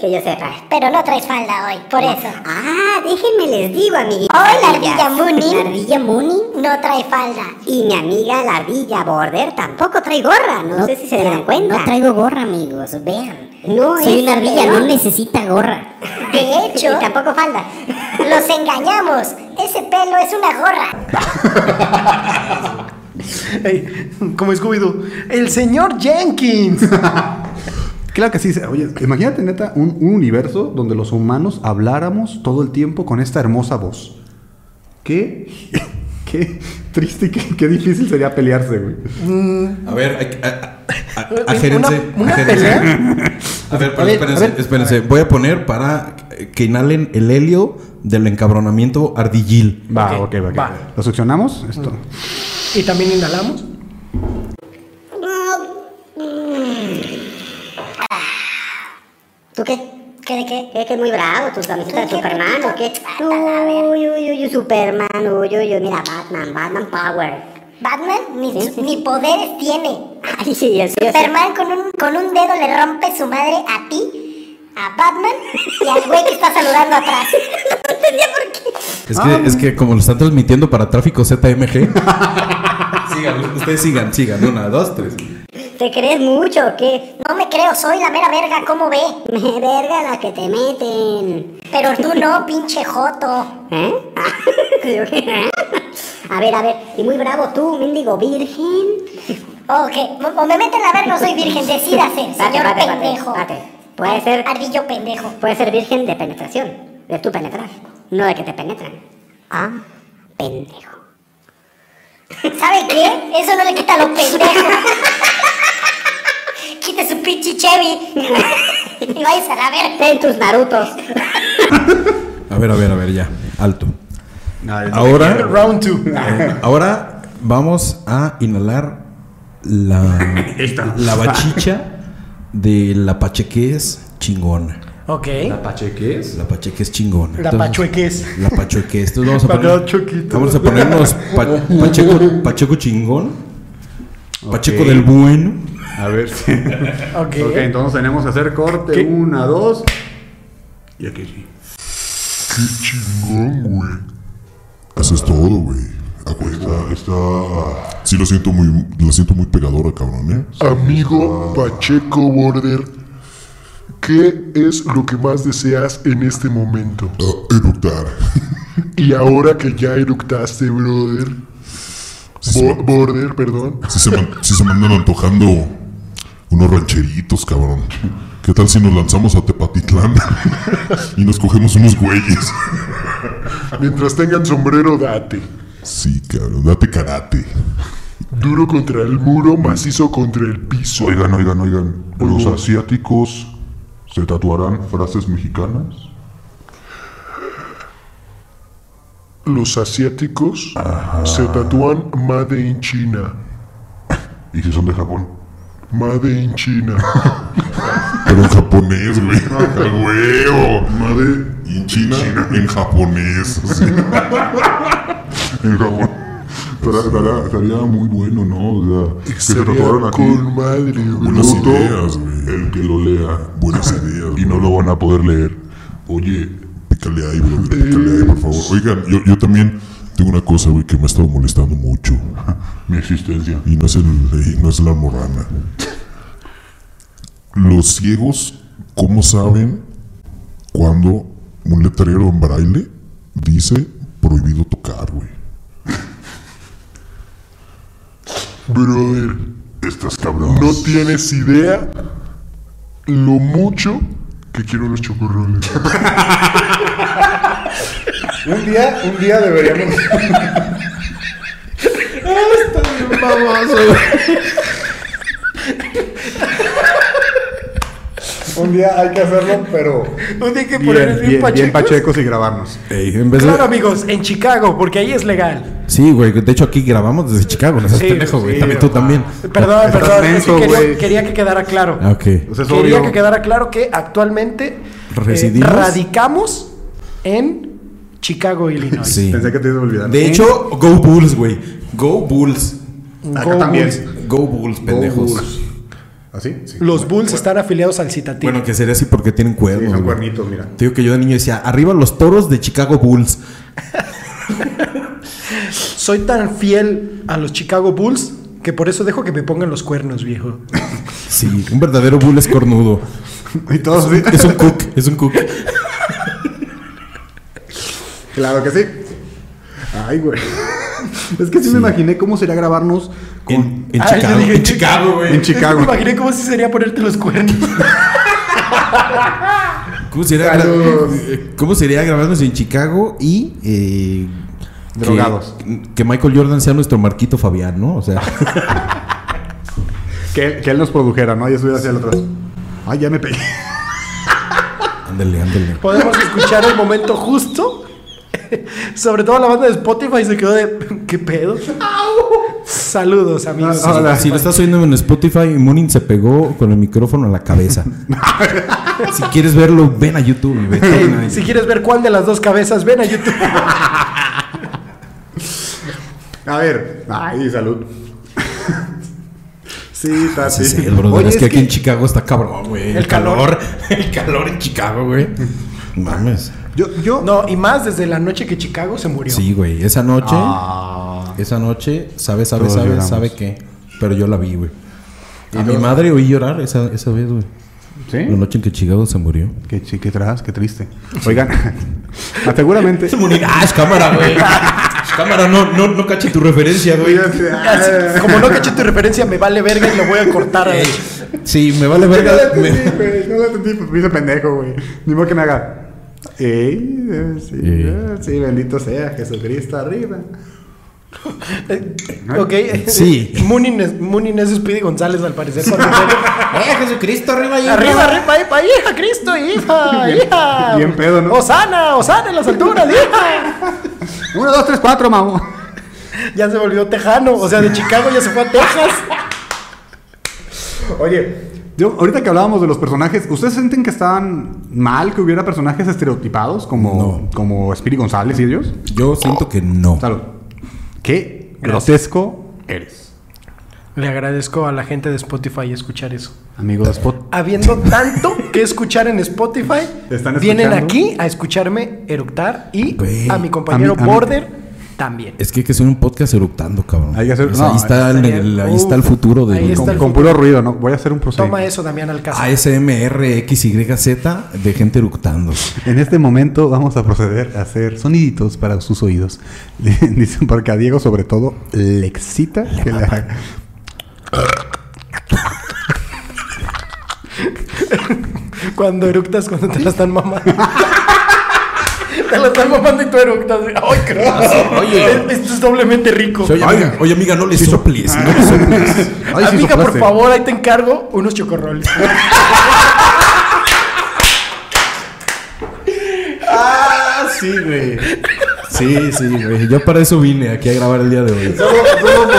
K: que yo sepa.
J: Pero no traes falda hoy, por eso.
K: Ah, déjenme les digo, amiguitos.
J: Hola,
K: ardillas.
J: ardilla Muni.
K: La ardilla Muni.
J: No trae falda.
K: Y mi amiga la ardilla Border tampoco trae gorra. No, sé si se
J: tra-
K: dan cuenta.
J: no
K: traigo gorra, amigos. Vean.
J: No
K: Soy
J: es
K: una ardilla,
J: peor.
K: no necesita gorra.
J: De hecho,
K: Y tampoco falda.
J: los engañamos. Ese pelo es una gorra.
A: Ey, eh, como Scooby-Doo. ¡El señor Jenkins!
C: Claro que sí. se- Oye, imagínate, neta, un, un universo donde los humanos habláramos todo el tiempo con esta hermosa voz. Qué. Qué triste y qué, qué difícil sería pelearse, güey.
D: A ver, hay- a- a- a-
A: Una-
D: ajérense.
A: una
D: ajérense.
A: pelea.
D: A ver, pero
A: A ver,
D: espérense,
A: a ver.
D: espérense. Voy a poner para que inhalen el helio del encabronamiento ardillil.
C: Va,
A: Ok,
C: ok, va. ok.
A: va.
C: ¿Lo succionamos? Esto.
A: Y también inhalamos.
K: ¿Tú qué? ¿Qué de qué? ¿Qué, qué muy bravo? ¿Tus camiseta de
J: ¿Qué, qué,
K: Superman o qué? Uy, uy, uy, uy, Superman, uy, uy, uy, mira, Batman, Batman Power.
J: Batman ni, ni poderes tiene.
K: Ay, sí, yo sí, yo sí.
J: Superman con un, con un dedo le rompe su madre a ti, a Batman y al güey que está saludando atrás. No entendía por qué.
D: Es
A: Ah.
D: que, es que como lo están transmitiendo para tráfico ZMG. sigan, ustedes sigan, sigan. Una, dos, tres.
K: ¿Te crees mucho o qué?
J: No me creo, soy la mera verga, ¿cómo ve?
K: Me verga la que te meten.
J: Pero tú no, pinche joto.
K: ¿Eh? a ver, a ver, y muy bravo tú, mendigo virgen.
J: Ok, o me meten la verga o soy virgen, decídase,
K: Date,
J: señor
K: date, date,
J: pendejo.
K: date. Puede ser,
J: Ardillo pendejo.
K: puede ser virgen de penetración, de tú penetrar, no de que te penetran. Ah, pendejo.
J: ¿Sabe qué? Eso no le quita lo pendejo. Quita su pinche Chevy. y váyase a la verga.
K: Ten tus narutos.
D: A ver, a ver, a ver, ya. Alto. Ahora,
A: Round 2.
D: ahora vamos a inhalar la, la bachicha de la pachequés chingona.
A: Ok.
D: pachequés? La pachequés chingona.
A: La
D: Entonces,
A: pachuequés.
D: La pachuequés. Entonces vamos a
A: Para
D: poner,
A: cada choquito.
D: vamos a ponernos pa- pacheco, pacheco chingón. Pacheco del bueno.
C: A ver si.
A: Ok.
C: ok, entonces tenemos que hacer corte.
A: ¿Qué?
C: Una, dos. Y aquí sí.
L: Haces todo, güey. Está, está. Sí, lo siento muy, lo siento muy pegadora, cabrón, ¿eh?
M: Amigo Pacheco Border, ¿qué es lo que más deseas en este momento?
L: Ah, eructar.
M: Y ahora que ya eructaste, brother.
L: Sí,
M: Bo- border, perdón.
L: Si se, man- sí se me andan antojando unos rancheritos, cabrón. ¿Qué tal si nos lanzamos a Tepatitlán y nos cogemos unos güeyes?
M: Mientras tengan sombrero, date.
L: Sí, cabrón, date karate.
M: Duro contra el muro, macizo contra el piso.
L: Oigan, oigan, oigan.
M: ¿los
L: asiáticos se tatuarán frases mexicanas?
M: Los asiáticos se tatúan Made in China.
L: ¿Y si son de Japón?
M: Made in China.
L: Pero en japonés, güey. ¡A huevo! Madre. ¿Y en China? En japonés. sí. en Japón. Estaría, estaría- estaría muy bueno, ¿no? O sea, que se
M: Sería
L: tatuaran aquí.
M: con madre,
L: Buenas
M: bruto.
L: ideas, güey. El que lo lea. Buenas ideas. y no lo van a poder leer. Oye, pícale ahí, bro. Pícale ahí, por favor. Oigan, yo, yo también tengo una cosa, güey, que me ha estado molestando mucho. Mi existencia. Y no es, el, y no es la morrana. Los ciegos, ¿cómo saben cuando un letrero en braille dice prohibido tocar, güey?
M: Brother,
L: Estás cabrón.
M: no tienes idea lo mucho que quiero los chocorroles.
C: Un día, un día deberíamos. un día hay que hacerlo, pero.
A: No tiene que poner bien,
C: Bien, bien, bien
A: Pacheco.
C: pachecos y grabarnos.
D: Ey, en vez de-
A: Claro, amigos, en Chicago, porque ahí es legal.
D: Sí, güey. De hecho, aquí grabamos desde Chicago. No seas
A: Sí,
D: pendejo, güey.
A: sí,
D: también tú
A: güey.
D: también.
A: Perdón, perdón. es que
C: menso, güey.
A: quería, quería que quedara claro.
D: Ah, ok.
C: Pues es
A: quería
C: obvio.
A: que quedara claro que actualmente eh,
D: ¿Residimos?
A: radicamos en Chicago, Illinois.
D: Sí.
C: Pensé que te ibas a olvidar.
D: De hecho, go Bulls, güey. Go Bulls.
C: acá
A: Go
C: también.
A: Bulls.
D: Go Bulls, pendejos.
C: Pendejos. ¿Así? Sí.
A: Los Bulls están afiliados al Citativo.
D: Bueno, que sería así porque tienen
C: Sí,
D: cuernos.
C: son
D: güey.
C: cuernitos, mira.
D: Te digo que yo de niño decía, arriba los toros de Chicago Bulls.
A: Soy tan fiel a los Chicago Bulls que por eso dejo que me pongan los cuernos, viejo.
D: Sí, un verdadero bull es cornudo.
C: Y todos así.
D: Es un cook, es un cook.
C: Claro que sí. Ay, güey. Es que sí, me imaginé cómo sería grabarnos con-
D: En, en
A: Ah, yo
D: Chicago.
A: dije,
D: en Chicago, güey.
C: en Chicago.
A: Me imaginé cómo si sería ponerte los cuernos.
D: ¿Cómo sería, gra-
C: Salud.
D: eh, cómo sería grabarnos en Chicago y. eh, que-
C: Drogados.
D: Que, Michael Jordan sea nuestro Marquito Fabián, ¿no? O sea,
C: Que, que él nos produjera, ¿no? Y estuviera hacia el otro. Ay, ya me pegué.
D: ándale, ándale.
A: Podemos escuchar el momento justo. Sobre todo la banda de Spotify se quedó de. ¿Qué pedo? Saludos, amigos.
C: Ah, hola.
D: Si lo estás oyendo en Spotify, Moonin se pegó con el micrófono a la cabeza. si quieres verlo, ven a YouTube y
A: Eh,
D: vete.
A: si quieres ver cuál de las dos cabezas, ven a YouTube.
C: A ver. Ay, salud. sí, está
D: Sí,
C: así.
D: sí, brother, es, que, aquí en Chicago está cabrón, güey.
A: El calor.
D: El calor en Chicago, güey. Mames.
C: Yo, yo.
A: No, y más desde la noche que Chicago se murió.
D: Sí, güey. Esa noche,
C: Ah.
D: esa noche, sabe, sabe,
C: Todos
D: sabe,
C: lloramos.
D: sabe qué. Pero yo la vi, güey. A mi madre oí llorar esa, esa vez, güey.
C: ¿Sí?
D: La noche en que Chicago se murió.
C: Qué, chi- qué tras, qué triste. Oigan, ah, seguramente.
D: ¡Ah, es cámara, güey! cámara, no, no, no caché tu referencia, güey.
C: ah,
A: Así, como no caché tu referencia, me vale verga y lo voy a cortar. a la ch-
D: Sí, me vale
C: No la
D: verga.
C: entendí,
D: me-
C: güey. No la entendí, pues me hice pendejo, güey. Ni modo que me haga. Ey, eh, sí,
D: Eh.
C: eh, sí, bendito sea Jesucristo arriba.
A: Ok.
D: Sí.
A: Moonin es, Moonin es Speedy González, al parecer. cuando fue-
D: ¡Eh, Jesucristo, arriba y
A: arriba, arriba, arriba, hija, Cristo, hija, hija.
C: bien pedo, ¿no?
A: Osana, Osana en las alturas, hija.
C: Uno, dos, tres, cuatro, mamón.
A: Ya se volvió tejano. O sea, de Chicago ya se fue a Texas.
C: Oye, yo, ahorita que hablábamos de los personajes, ¿ustedes sienten que estaban mal que hubiera personajes estereotipados como, como Spiri González y ellos?
D: Yo siento que no.
C: Salud. ¿Qué grotesco eres?
A: Le agradezco a la gente de Spotify escuchar eso.
C: Amigo de Spot.
A: Habiendo tanto que escuchar en Spotify,
C: ¿Te están
A: vienen
C: escuchando?
A: aquí a escucharme eructar y
D: Güey,
A: a mi compañero
C: a mí- a mí-
A: Border También.
D: Es que hay que hacer un podcast eructando, cabrón.
C: Hay que hacer-
D: O sea,
C: no,
D: ahí, está el, el- ahí está el futuro de
C: con, con puro ruido, ¿no? Voy a hacer un proceso.
A: Toma eso, Damián Alcázar.
D: ASMR XYZ de gente eructando.
C: En este momento vamos a proceder a hacer soniditos para sus oídos. Dicen porque a Diego, sobre todo, le excita que le haga-
A: Cuando eructas, cuando te la están mamando. te la están mamando y tú eructas. ¡Ay, carajo!
D: Oye.
A: Esto es doblemente rico.
D: Oye, amiga, oye, amiga, no le soples. No le soples. Ay, sí
A: Amiga, por
D: soplaste.
A: favor, ahí te encargo unos chocorroles.
B: Ah, sí, güey.
D: Sí, sí, güey. Yo para eso vine aquí a grabar el día de hoy.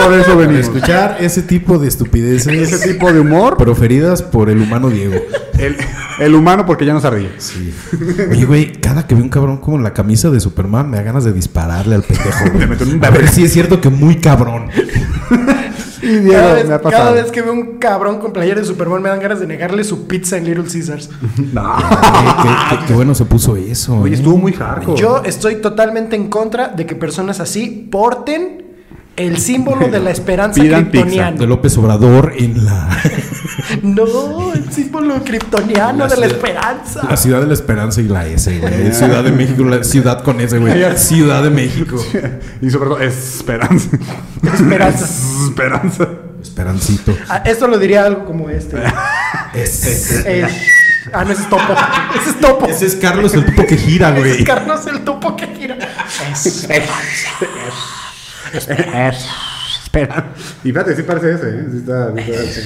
C: por eso venimos.
D: escuchar ese tipo de estupideces.
C: Ese tipo de humor.
D: Proferidas por el humano Diego.
C: El, el humano porque ya no se ríe.
D: Sí. Oye, güey, cada que veo un cabrón con la camisa de Superman, me da ganas de dispararle al pendejo. güey. A ver si es cierto que muy cabrón. Eh,
C: Y Diego,
A: Cada vez,
C: me ha
A: cada
C: pasado.
A: vez que veo un cabrón con playera de Superman me dan ganas de negarle su pizza en Little Caesars.
D: Ay, qué, qué- qué bueno se puso eso.
C: Oye,
D: ¿eh?
C: estuvo muy hardcore.
A: Yo estoy totalmente en contra de que personas así porten el símbolo de la esperanza
D: Pidan pizza
A: kryptoniana.
D: de López Obrador en la,
A: No, el símbolo kryptoniano
D: La
A: de la
D: ciudad-
A: esperanza.
D: la Ciudad de la Esperanza y la S, güey. Ciudad de México, la ciudad con S, güey. Ciudad de México.
C: Y sobre todo, esperanza.
A: Esperanza.
C: esperanza.
D: Esperancito.
A: Ah, esto lo diría algo como este.
D: Ese
A: Eh, ah, no, ese es topo. Ese es topo.
D: ese es Carlos, el tipo que gira,
A: Ese es
D: güey.
A: Carlos el topo que gira.
C: Espera. Y fíjate, sí parece ese, ¿eh? Sí está- sí está-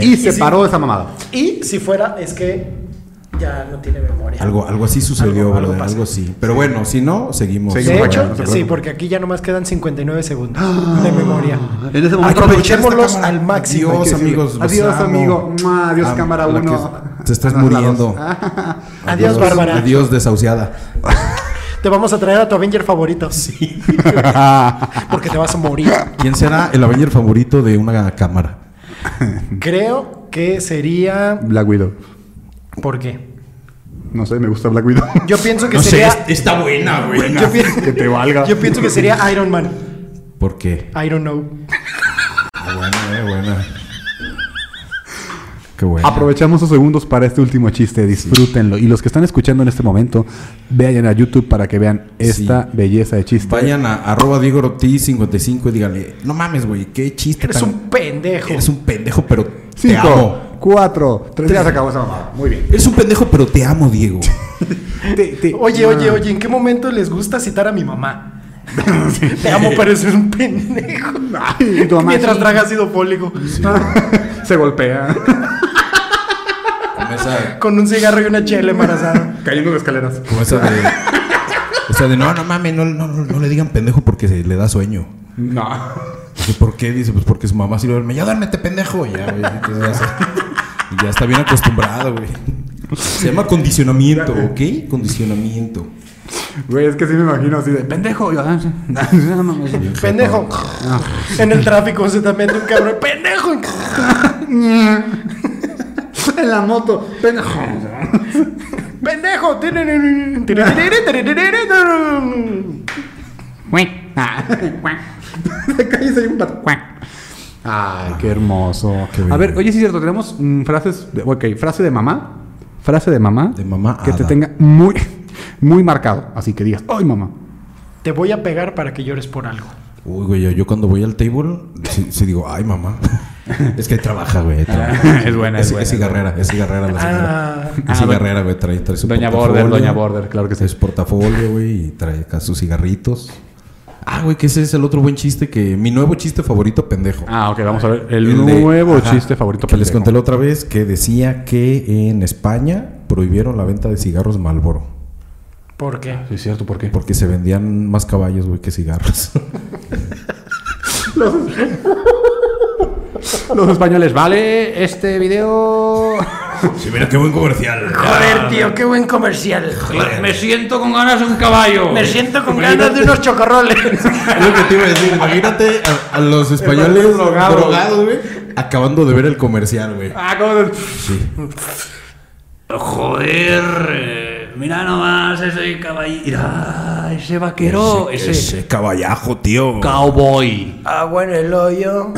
C: sí. Y se paró esa mamada.
A: Y si fuera, es que ya no tiene memoria.
D: Algo, algo así sucedió,
A: Algo- algo
D: algo,
A: pasa.
D: algo así. Pero bueno, si no, seguimos.
A: De
C: Seguimos
A: hecho,
C: acá, no se
A: sí,
C: preocupe.
A: porque aquí ya nomás quedan 59 segundos de memoria.
C: En ese momento
A: Aprovechémoslos
C: aprovechar esta
A: al
C: cámara.
A: máximo.
D: Adiós,
C: Hay que
D: amigos,
C: decirle,
D: los
C: Adiós,
D: amo.
C: amigo. Mua, Adiós,
D: Am-
C: cámara
D: a la que
C: 1.
D: te estás muriendo.
A: Adiós, Bárbara.
D: Adiós, desahuciada.
A: Te vamos a traer a tu Avenger favorito. Sí. porque te vas a morir.
D: ¿Quién será el Avenger favorito de una cámara?
A: Creo que sería.
C: Black Widow.
A: ¿Por qué?
C: No sé, me gusta Black Widow.
A: Yo pienso que
D: No sé,
A: sería.
D: es- está buena, güey.
A: yo, pi-
C: que te valga.
A: yo pienso que sería Iron Man.
D: ¿Por qué?
A: I don't know.
D: Ah, buena, eh, buena. Qué buena.
C: Aprovechamos esos segundos para este último chiste, disfrútenlo. Y los que están escuchando en este momento, vayan a YouTube para que vean esta belleza de chiste.
D: Vayan a arroba Diego Ortiz 55 y díganle, no mames, güey, qué chiste
A: Eres
D: tan-
A: un pendejo.
D: Eres un pendejo, pero te
C: Cinco,
D: amo.
C: cuatro, tres. Ya se acabó esa mamada. Muy bien.
D: Eres un pendejo, pero te amo, Diego.
A: Oye,
C: Ah.
A: oye, oye, ¿en qué momento les gusta citar a mi mamá? Te amo, pero eres un pendejo.
C: Y tu mamá,
A: Mientras
C: sí.
A: traga ácido fólico.
C: se golpea.
D: Como esa,
A: Con un cigarro y una chela embarazada.
C: Cayendo de escaleras.
D: como esa de. O sea, de no, no mames, no, no, no, no le digan pendejo porque se le da sueño.
C: No.
D: Dice, ¿por qué? Dice, pues porque su mamá sí lo duerme. Ya duérmete, pendejo. Y Ya, güey. entonces ya se- y ya está bien acostumbrado, güey. Se llama condicionamiento, ¿ok? Condicionamiento.
C: Güey, es que sí me imagino así de pendejo. Yo, ah, sí. No, no, no.
A: Pendejo. En el tráfico se te mete un cabrón. Pendejo.
C: en la moto, pendejo.
A: Pendejo.
C: Ah, Se cae y se hay un bat- Ay, qué hermoso. a
D: bello.
C: ver, oye, sí es cierto, tenemos mm, frases. de- ok, frase de mamá. Frase de mamá.
D: De mamá
C: Que te
D: hada.
C: tenga muy, muy marcado. Así que digas, ¡ay, mamá!
A: Te voy a pegar para que llores por algo.
D: Uy, güey, yo, yo cuando voy al table, sí, sí digo, ay, mamá. Es que ahí trabaja, güey. ahí trabaja.
C: Es buena, es buena, es
D: cigarrera, es cigarrera la señora.
A: Ah,
D: es cigarrera, güey, trae, trae su
C: Doña
D: portafolio,
C: Border, Doña Border, claro que sí.
D: Trae su portafolio, güey, y trae acá sus cigarritos. Ah, güey, que ese es el otro buen chiste que... Mi nuevo chiste favorito, pendejo.
C: Ah, ok, vamos a ver. El,
D: de-
C: nuevo
D: ajá,
C: chiste favorito
D: Que les
C: pendejo.
D: conté la otra vez que decía que en España prohibieron la venta de cigarros Malboro.
A: ¿Por qué?
C: Sí, es cierto, ¿por qué?
D: Porque se vendían más caballos, güey, que cigarros.
C: Los españoles, vale, este video.
D: Sí, mira, qué buen comercial.
A: Joder, tío, qué buen comercial.
D: Me
A: siento con ganas de un caballo. Me siento con ganas de unos chocorroles.
D: Es lo que te iba a decir. Imagínate a, a los españoles drogados, güey. Acabando de ver el comercial, güey.
C: Ah, ¿cómo se-
D: Sí.
A: Joder,
C: Mira nomás ese caballito. Mira, ese vaquero. Ese,
D: Ese caballajo, tío.
C: Cowboy.
A: Ah,
C: agua en el hoyo.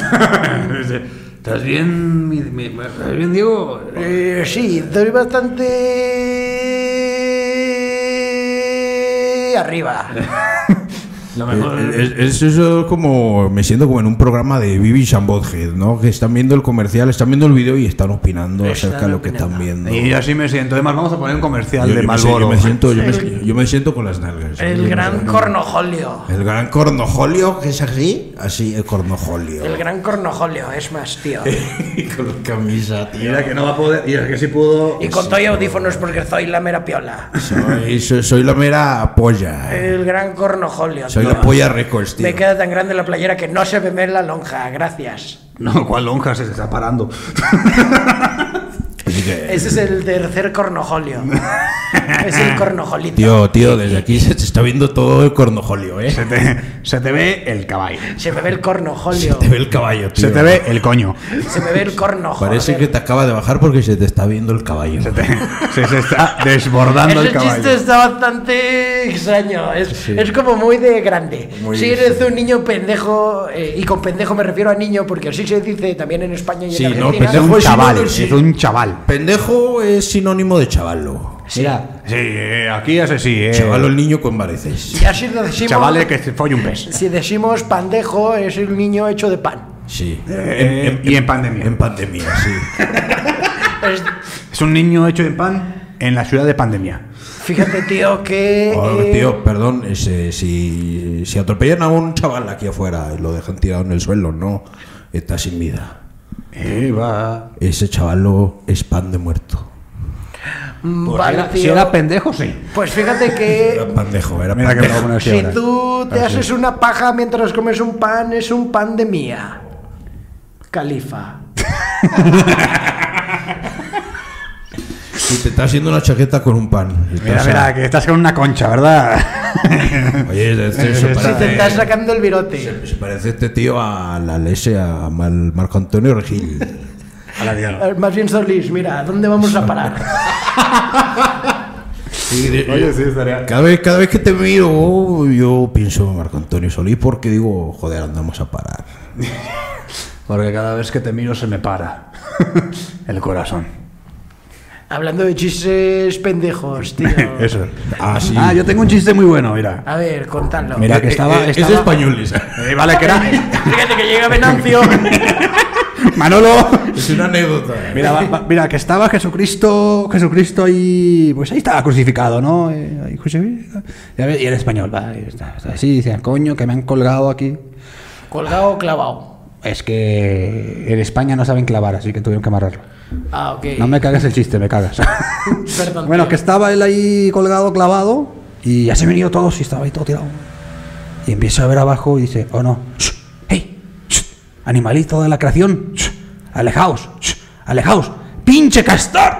C: ¿Estás bien, mi- mi- mi- ¿Estás bien, Diego?
A: Eh, sí, estoy bastante arriba.
C: Lo
D: Es, es- es eso como me siento como en un programa de Vivi Head, ¿no? Que están viendo el comercial, están viendo el video y están opinando acerca de lo que están viendo.
C: Y así me siento. Además, vamos a poner un comercial
D: Yo-
C: de ¿eh?
D: yo me si-
C: Malboro.
D: Yo me, siento, yo, me, yo me siento con las nalgas. ¿eh?
A: El gran cornojolio.
D: El gran cornojolio, que es así. Así, el cornojolio.
A: El gran cornojolio, es más, tío.
D: con la camisa, tío.
C: Mira que no va a poder. Mira que sí pudo. pues,
A: Y con todo y audífonos porque soy la mera piola.
D: Soy, soy- soy la mera polla. ¿eh?
A: El gran cornojolio.
D: Soy
A: tío.
D: la polla Records, tío.
A: Me queda tan grande la playera que no se me ve en la lonja, gracias.
C: No, ¿cuál lonja se está parando?
A: Ese es el tercer cornojolio. es el cornojolito.
D: Tío, tío, desde aquí se te está viendo todo el cornojolio, ¿eh? Se
C: te, ve el caballo.
A: Se me ve el cornojolio.
D: Te ve el caballo, tío.
N: Se te ve el coño.
A: Se me ve el cornojo.
D: Parece que te acaba de bajar porque se te está viendo el caballo. Se,
C: está desbordando
A: Ese chiste está bastante extraño. Es,
D: Sí.
A: es como muy de grande.
D: Muy-
A: si eres un niño pendejo, eh, y con pendejo me refiero a niño porque así se dice también en España y
D: Sí,
A: en
D: no,
A: Argentina.
D: pendejo es chaval.
C: Es un chaval.
D: Pendejo es sinónimo de chavalo.
A: Mira.
C: Sí, eh, aquí es así, eh.
D: Chavalo el niño con vareces.
A: Ya si lo decimos,
C: Chavales que se folle un pez.
A: si decimos pandejo, es un niño hecho de pan.
D: Sí.
C: Eh, y en pandemia.
D: En pandemia, sí.
A: Es-
C: Es un niño hecho en pan en la ciudad de pandemia.
A: fíjate, tío, que.
D: Oh,
A: eh,
D: tío, perdón, ese, si, si atropellan a un chaval aquí afuera y lo dejan tirado en el suelo, no, está sin vida.
C: Eh, va.
D: Ese chavalo es pan de muerto.
A: mm,
C: Pues
A: vale,
C: era-
A: tío.
C: si era pendejo, sí.
A: Pues fíjate que.
D: Era pandejo, era
C: Eh. Mira que me lo voy a
D: pandejo.
C: poner así
A: Si
C: ahora.
A: tú te
C: Así.
A: haces una paja mientras comes un pan, es un pan de mía. Califa.
D: Si te está haciendo una chaqueta con un pan.
C: Mira,
D: estás
C: mira, que estás con una concha, ¿verdad?
D: a- Oye, este se
A: Si te
C: Eh.
A: estás
D: parece,
A: sacando el virote.
D: se parece este tío a la leche, a Mal- Marco Antonio Regil.
C: A la vida.
A: Eh, Más bien Solís, mira, ¿a ¿dónde vamos a parar?
D: Sí, de-
N: Oye, sí, estaría.
D: Cada vez, cada vez que te miro, oh, yo pienso en Marco Antonio Solís porque digo, joder, andamos a parar.
C: Porque cada vez que te miro se me para el corazón.
A: Hablando de chistes pendejos, tío.
C: Eso.
D: Ah, sí.
C: Ah, yo tengo un chiste muy bueno, mira.
A: A ver, contadlo.
C: Mira, que estaba.
D: Eh, eh,
C: estaba-
D: Es españoles.
C: Eh, vale, que era.
A: Fíjate que llega Venancio.
C: Manolo.
D: Es una anécdota.
C: Mira, va- va- mira, que estaba Jesucristo, Jesucristo ahí, pues ahí estaba crucificado, ¿no? Eh, ahí crucificado. Ya ves, Y era español, va. y está- está Así decían, coño, que me han colgado aquí.
A: Colgado o clavado.
C: Es que en España no saben clavar, así que tuvieron que amarrarlo.
A: Ah, ok.
C: No me cagas el chiste, me cagas.
A: Perdón.
C: bueno,
A: tío.
C: que estaba él ahí colgado, clavado, y ya se han venido todos y estaba ahí todo tirado. Y empieza a ver abajo y dice, oh no, ¡Shh! hey, ¡Shh! animalito de la creación, ¡Shh! alejaos, ¡Shh! alejaos, pinche castor.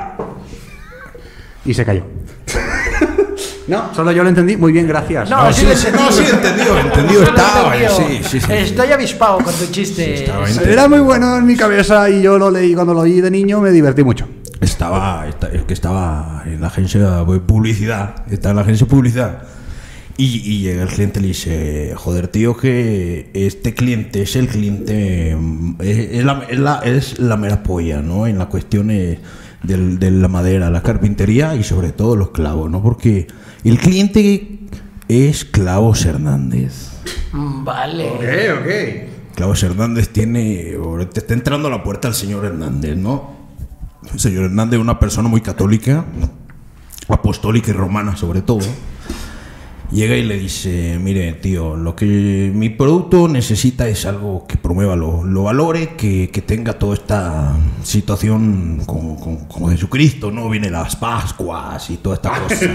C: Y se cayó. no, solo yo lo entendí, muy bien, gracias.
A: No, sí, lo entendí.
D: no, sí, entendido, entendido
A: Lo
D: estaba. eh,
A: entendió.
D: Sí, sí, sí.
A: Estoy avispado con tu chiste.
D: Estaba,
C: Sí,
D: ente-
C: Era muy bueno en mi cabeza y yo lo leí cuando lo oí de niño, me divertí mucho.
D: estaba, esta- es que estaba en la agencia de publicidad, estaba en la agencia de publicidad. Y, y llega el cliente y le dice, joder tío, que este cliente es el cliente, mm, es, es la, es, la, es la mera polla, ¿no? En las cuestiones del- de la madera, la carpintería y sobre todo los clavos, ¿no? Porque el cliente es Clavos Hernández.
A: Mm, Vale.
D: Clavos Hernández tiene. ahorita Te está entrando a la puerta el señor Hernández, ¿no? El señor Hernández es una persona muy católica, apostólica y romana, sobre todo. Llega y le dice: Mire, tío, lo que mi producto necesita es algo que promueva lo, lo valore, que, que tenga toda esta situación con, con- con Jesucristo, ¿no? Vienen las Pascuas y toda esta cosa.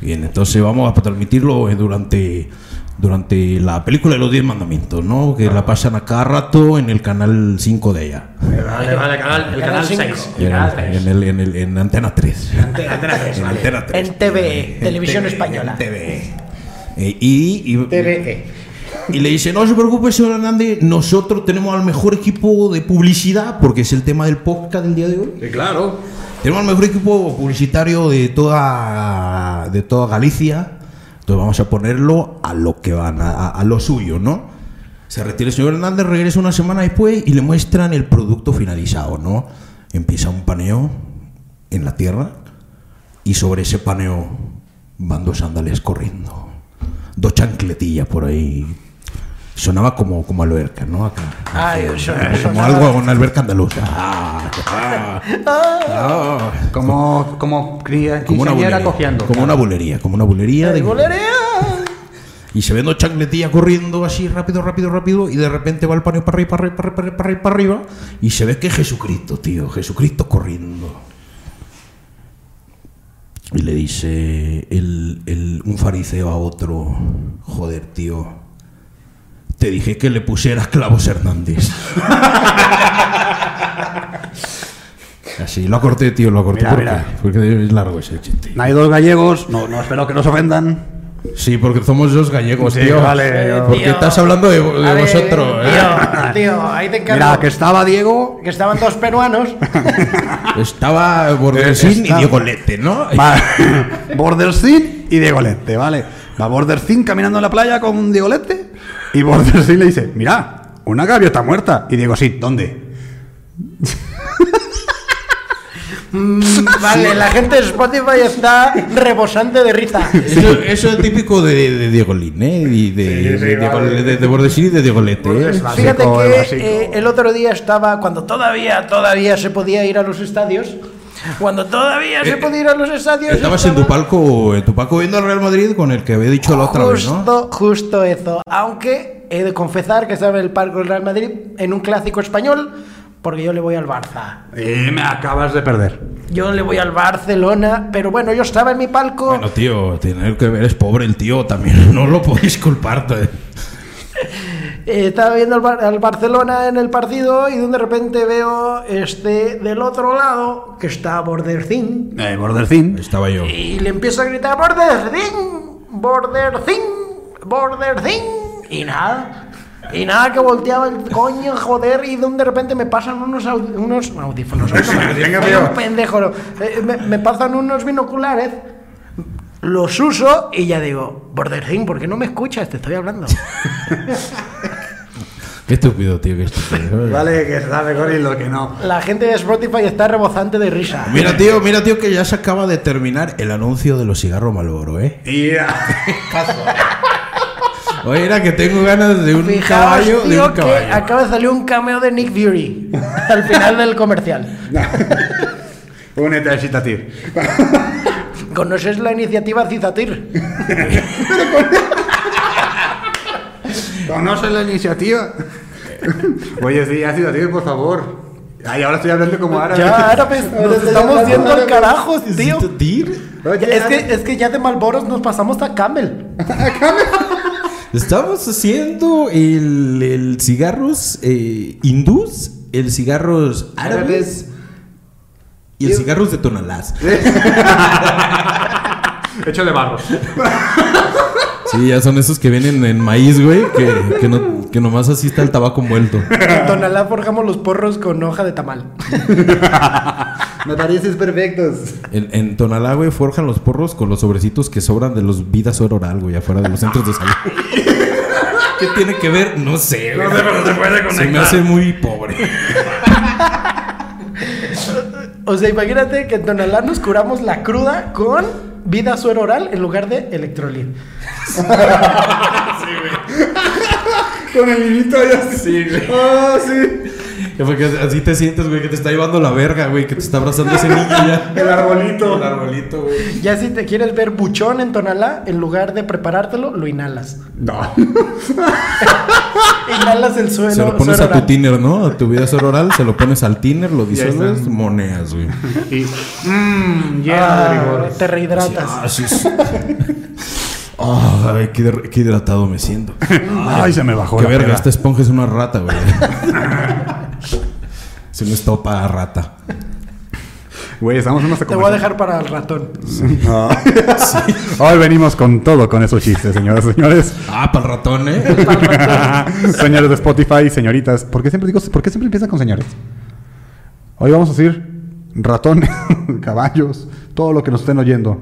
D: Bien, entonces vamos a transmitirlo eh, durante, durante la película de los 10 mandamientos, ¿no? Que la pasan a cada rato en el canal 5 de ella.
A: Vale, vale, el canal, el canal 6.
D: En, el- en el- en el- en Antena 3. en Antena 3.
A: En TVE, Televisión
D: TV,
A: Española. E.
D: en TV. Eh, y, y-
A: TVE.
D: Y le dice, no se preocupe, señor Hernández, nosotros tenemos al mejor equipo de publicidad, porque es el tema del podcast del día de hoy. claro. Tenemos al mejor equipo publicitario de toda, de toda Galicia. Entonces vamos a ponerlo a lo que van, a, a lo suyo, ¿no? Se retira el señor Hernández, regresa una semana después y le muestran el producto finalizado, ¿no? Empieza un paneo en la tierra y sobre ese paneo van dos sandales corriendo. Dos chancletillas por ahí. Sonaba como, como alberca, ¿no? Acá.
A: Ay, yo- yo-
D: como
A: sonaba-
D: algo, una alberca andaluza. Ah, ah, ah.
C: Como, como cría,
D: Como una
C: quinceañera
D: bulería,
C: cojeando.
D: Como una bulería, como una bulería. de- y se ven dos chancletillas corriendo así rápido, rápido, rápido. Y de repente va el paneo para arriba, para arriba, para arriba, para arriba, para arriba. Y se ve que es Jesucristo, tío. Jesucristo corriendo. Y le dice el- el- un fariseo a otro: Joder, tío. Te dije que le pusieras clavos Hernández. Así, lo corté, tío, lo corté.
C: Mira,
D: porque,
C: mira.
D: porque es largo ese chiste.
C: Hay dos gallegos, no, no espero que nos ofendan.
D: Sí, porque somos dos gallegos,
C: Sí,
D: tío.
C: Pues vale, yo-
D: porque
C: Tío.
D: estás hablando de, de
C: A ver,
D: vosotros. ¿eh?
A: Tío, tío, ahí te encargo.
C: Mira, que estaba Diego.
A: Que estaban dos peruanos.
D: Estaba Bordelcín y
C: está-
D: Diego Lete, ¿no?
C: Va, Bordercín y Diegolete, ¿vale? Va Bordercín caminando en la playa con Diegolete y Bordercín le dice, mira, una gaviota muerta. Y Diego, sí, ¿dónde?
A: Mm, vale, la gente de Spotify está rebosante de risa.
D: Eso, eso es típico de, de Diego Lin, ¿eh? Y de, de, de- de- de Bordelcín y de Diego Lete. ¿eh?
A: Fíjate que eh, el otro día estaba, cuando todavía, todavía se podía ir a los estadios, cuando todavía
D: Eh,
A: se podía ir a los estadios,
D: Estabas en tu palco, en tu palco viendo al Real Madrid con el que había dicho la otra vez, ¿no?
A: Justo, justo eso. Aunque he de confesar que estaba en el Parque del Real Madrid en un clásico español, porque yo le voy al Barça.
C: Eh, me acabas de perder.
A: Yo le voy al Barcelona, pero bueno, yo estaba en mi palco.
D: Bueno, tío, tener que ver es pobre el tío también. No lo podéis culpar. tío.
A: Eh, estaba viendo al, Bar- al Barcelona en el partido y de repente veo este del otro lado que está Bordercín
C: Eh, Bordercín.
D: Estaba yo.
A: y le empiezo a gritar Bordercín, Bordercín, Bordercín y nada. Y nada, que volteaba el coño, joder, y de un de repente me pasan unos, au- unos audífonos. Soy un pendejo, no. Eh, me, me pasan unos binoculares, los uso y ya digo, Bordercín, ¿por qué no me escuchas? Te estoy hablando.
D: Qué estúpido, tío, qué estúpido.
C: Vale, que sabe Gori lo que no.
A: La gente de Spotify está rebozante de risa.
D: Mira, tío, mira, tío, que ya se acaba de terminar el anuncio de los cigarros Malboro, ¿eh? Oye, era que tengo ganas de un
A: Fijaos,
D: caballo, de
A: tío,
D: un
A: que
D: caballo.
A: acaba de salir un cameo de Nick Fury al final del comercial.
C: Únete a Shitatir.
A: ¿Conoces la iniciativa Citatir?
C: ¿Conoces la iniciativa? Oye, sí, a Shitatir, por favor. Ay, ahora estoy hablando como árabe.
A: Ya, árabes, pues, nos estamos yendo al carajo, tío.
C: Oye,
A: Es que, es que ya de Malboros nos pasamos a Camel.
D: Estamos haciendo el, el cigarros eh, hindús, el cigarros árabes y el cigarros de tonalás.
C: Hecho de barro.
D: Sí, ya son esos que vienen en maíz, güey, que, que, no- que nomás así está el tabaco envuelto.
A: En Tonalá forjamos los porros con hoja de tamal.
C: Me pareces perfectos.
D: En, en Tonalá, güey, forjan los porros con los sobrecitos que sobran de los vidas oro oral, güey, afuera de los centros de salud. ¿Qué tiene que ver? No sé, güey. Se me hace muy pobre.
A: O sea, imagínate que en Tonalá nos curamos la cruda con vida suero oral en lugar de electrolit.
C: Con el hilito ya sí, güey. Ah, sí.
D: Porque así te sientes, güey, que te está llevando la verga, güey, que te está abrazando ese niño ya.
C: El arbolito.
D: El arbolito, güey.
A: Ya si te quieres ver buchón en Tonalá, en lugar de preparártelo, lo inhalas.
C: No.
A: Inhalas el suelo.
D: Se lo pones a
A: suero
D: tu
A: oral.
D: tiner, ¿no? A tu vida solo oral, se lo pones al tiner, lo
C: ahí
D: disuelves,
C: está.
D: moneas, güey.
C: Y. Mmm,
A: Ah, te rehidratas.
D: Ah, sí. sí. Ah, ay, qué, hidr- qué hidratado me siento.
C: Ay, se me bajó
D: Qué
C: la
D: verga,
C: peda.
D: esta esponja es una rata, güey. es una estopa rata.
C: Güey, estamos en nuestra
A: Te voy a dejar para el ratón.
C: Hoy venimos con todo con esos chistes, señoras y señores.
D: Ah, para el ratón, ¿eh?
C: señores de Spotify, señoritas. ¿Por qué siempre digo, por qué siempre empiezan con señores? Hoy vamos a decir ratones, caballos, todo lo que nos estén oyendo.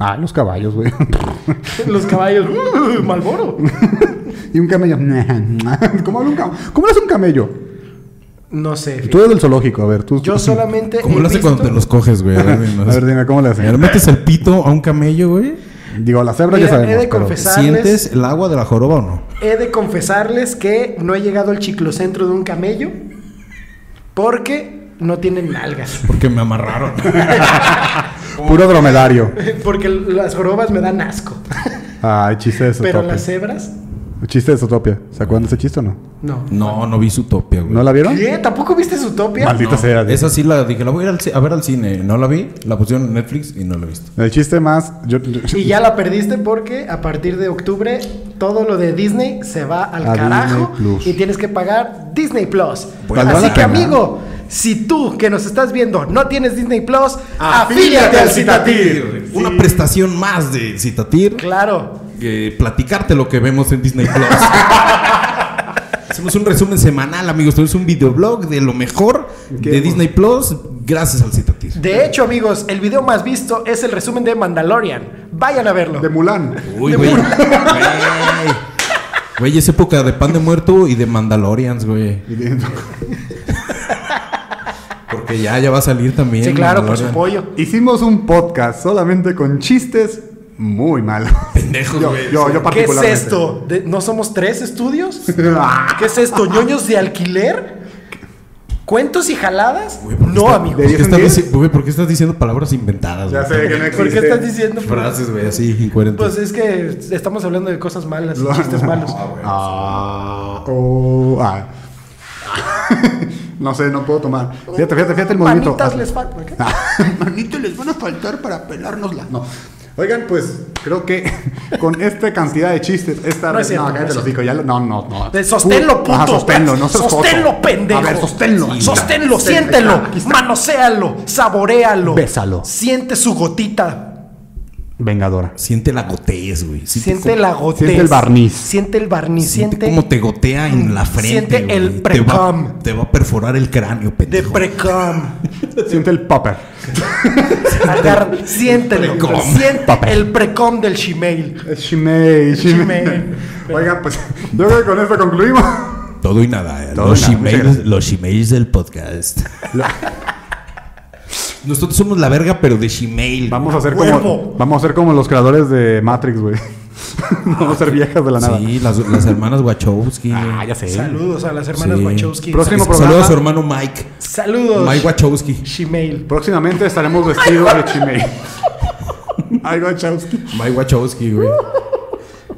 C: Ah, los caballos, güey.
A: Los caballos. ¡uh! Malboro.
C: y un camello. ¿Cómo habla un camello? ¿Cómo habla un camello?
A: No sé.
C: Tú eres del zoológico, a ver, tú.
A: Yo solamente.
O: ¿Cómo
A: he
O: lo hace
A: visto-
O: cuando te los coges, güey? A ver,
C: A ver, dime, ¿cómo le hacen?
O: Le metes el pito a un camello, güey.
C: Digo, a la cebra
A: ya Mira, sabemos, he de pero- confesarles-
O: ¿Sientes el agua de la joroba o no?
A: He de confesarles que no he llegado al chiclocentro de un camello porque no tienen nalgas.
O: Porque me amarraron.
C: Puro dromedario.
A: Porque las jorobas me dan asco.
C: Ay, chiste de
A: Pero
C: Zootopia.
A: las cebras,
C: Chiste de Zootopia. ¿Se acuerdan de ese chiste o no?
A: no.
O: No, no vi Zootopia, güey.
C: ¿No la vieron?
A: ¿Qué? ¿Tampoco viste Zootopia?
C: Maldita
O: No,
C: sea, Dios.
O: Esa sí la dije, la voy a ir al ci- a ver al cine. No la vi, la pusieron en Netflix y no la he visto.
C: El chiste más. yo- yo-
A: Y ya la perdiste porque a partir de octubre todo lo de Disney se va al
C: A
A: carajo
C: Disney Plus.
A: y tienes que pagar Disney Plus.
C: Pues,
A: Así
C: ¿vale
A: que
C: la pena?
A: amigo, si tú que nos estás viendo no tienes Disney Plus, afíliate al Citatir.
D: Una prestación más de Citatir.
A: Claro.
D: Que platicarte lo que vemos en Disney Plus. Hacemos un resumen semanal, amigos. Tenemos un videoblog de lo mejor de Disney Plus gracias al Citatir.
A: De hecho, amigos, el video más visto es el resumen de Mandalorian. Vayan a verlo. De
C: Mulan.
D: Uy, güey. Güey. Güey, es época de pan de muerto y de Mandalorians, güey. Porque ya, ya va a salir también. Mandalorian.
C: Hicimos un podcast solamente con chistes muy malos.
D: Pendejos,
C: yo,
D: güey.
C: Yo, yo
A: ¿Qué es
C: particularmente.
A: esto? ¿De- ¿No somos tres estudios? ¿Qué es esto? ¿Ñoños de alquiler? ¿Cuentos y jaladas? No, amigos.
D: ¿Por qué, estás dici- güey, por qué estás diciendo palabras inventadas?
A: Ya
D: güey?
A: sé que no ¿Por qué existen. estás diciendo
D: frases, güey, así incoherentes?
A: Pues es que estamos hablando de cosas malas, y chistes malos.
C: Ah, oh, ah. no sé, no puedo tomar. Fíjate, fíjate, fíjate el movimiento.
A: Manitas
C: Ah.
A: les faltan. ¿qué?
C: Manito, les van a faltar para pelárnosla. No. Oigan, pues creo que con esta cantidad de chistes, esta
A: No es cierto,
C: no, cállate
A: no es
C: los hijos, ya lo- no, no, no.
A: De Sosténlo,
C: Pu-
A: puto.
C: uh, Ajá, sosténlo, no seas
A: Sosténlo,
C: joto.
A: pendejo.
C: A ver, sosténlo.
A: Sosténlo,
C: Aquí está.
A: siéntelo.
C: Aquí está.
A: Manoséalo, saboréalo.
C: Bésalo.
A: Siente su gotita.
C: Vengadora.
D: Siente la gotez, güey.
A: Siente la gotez.
D: Siente el barniz.
A: Siente el barniz. Siente,
D: Como te gotea en la frente.
A: Siente el
D: güey. Te va-
A: precum.
D: Te va a perforar el cráneo,
A: de
D: pendejo.
A: precum.
C: Siente el popper.
A: Agarra- siéntelo.
C: Precom.
A: Siente el precom del Gmail.
C: Shimei, Shimei.
A: Shimei.
C: Oigan, pues yo creo que con esto concluimos.
D: Todo y nada. eh.
C: Todo
D: los,
C: y nada, muchas
D: emails,
C: gracias.
D: los emails del podcast. Nosotros somos la verga, pero de Gmail.
C: Vamos a hacer como, vamos a ser como los creadores de Matrix, güey. Vamos a ser viejas de la nada.
D: Sí, las, las hermanas Wachowski. Ah, ya sé.
A: Saludos a las hermanas
D: Sí.
A: Wachowski.
C: Próximo
A: Saludos.
C: programa.
D: Saludos a su hermano Mike.
A: Saludos.
D: Mike Wachowski.
A: Gmail.
C: Próximamente estaremos vestidos de Shimei. Ay, Wachowski.
D: Mike Wachowski, güey.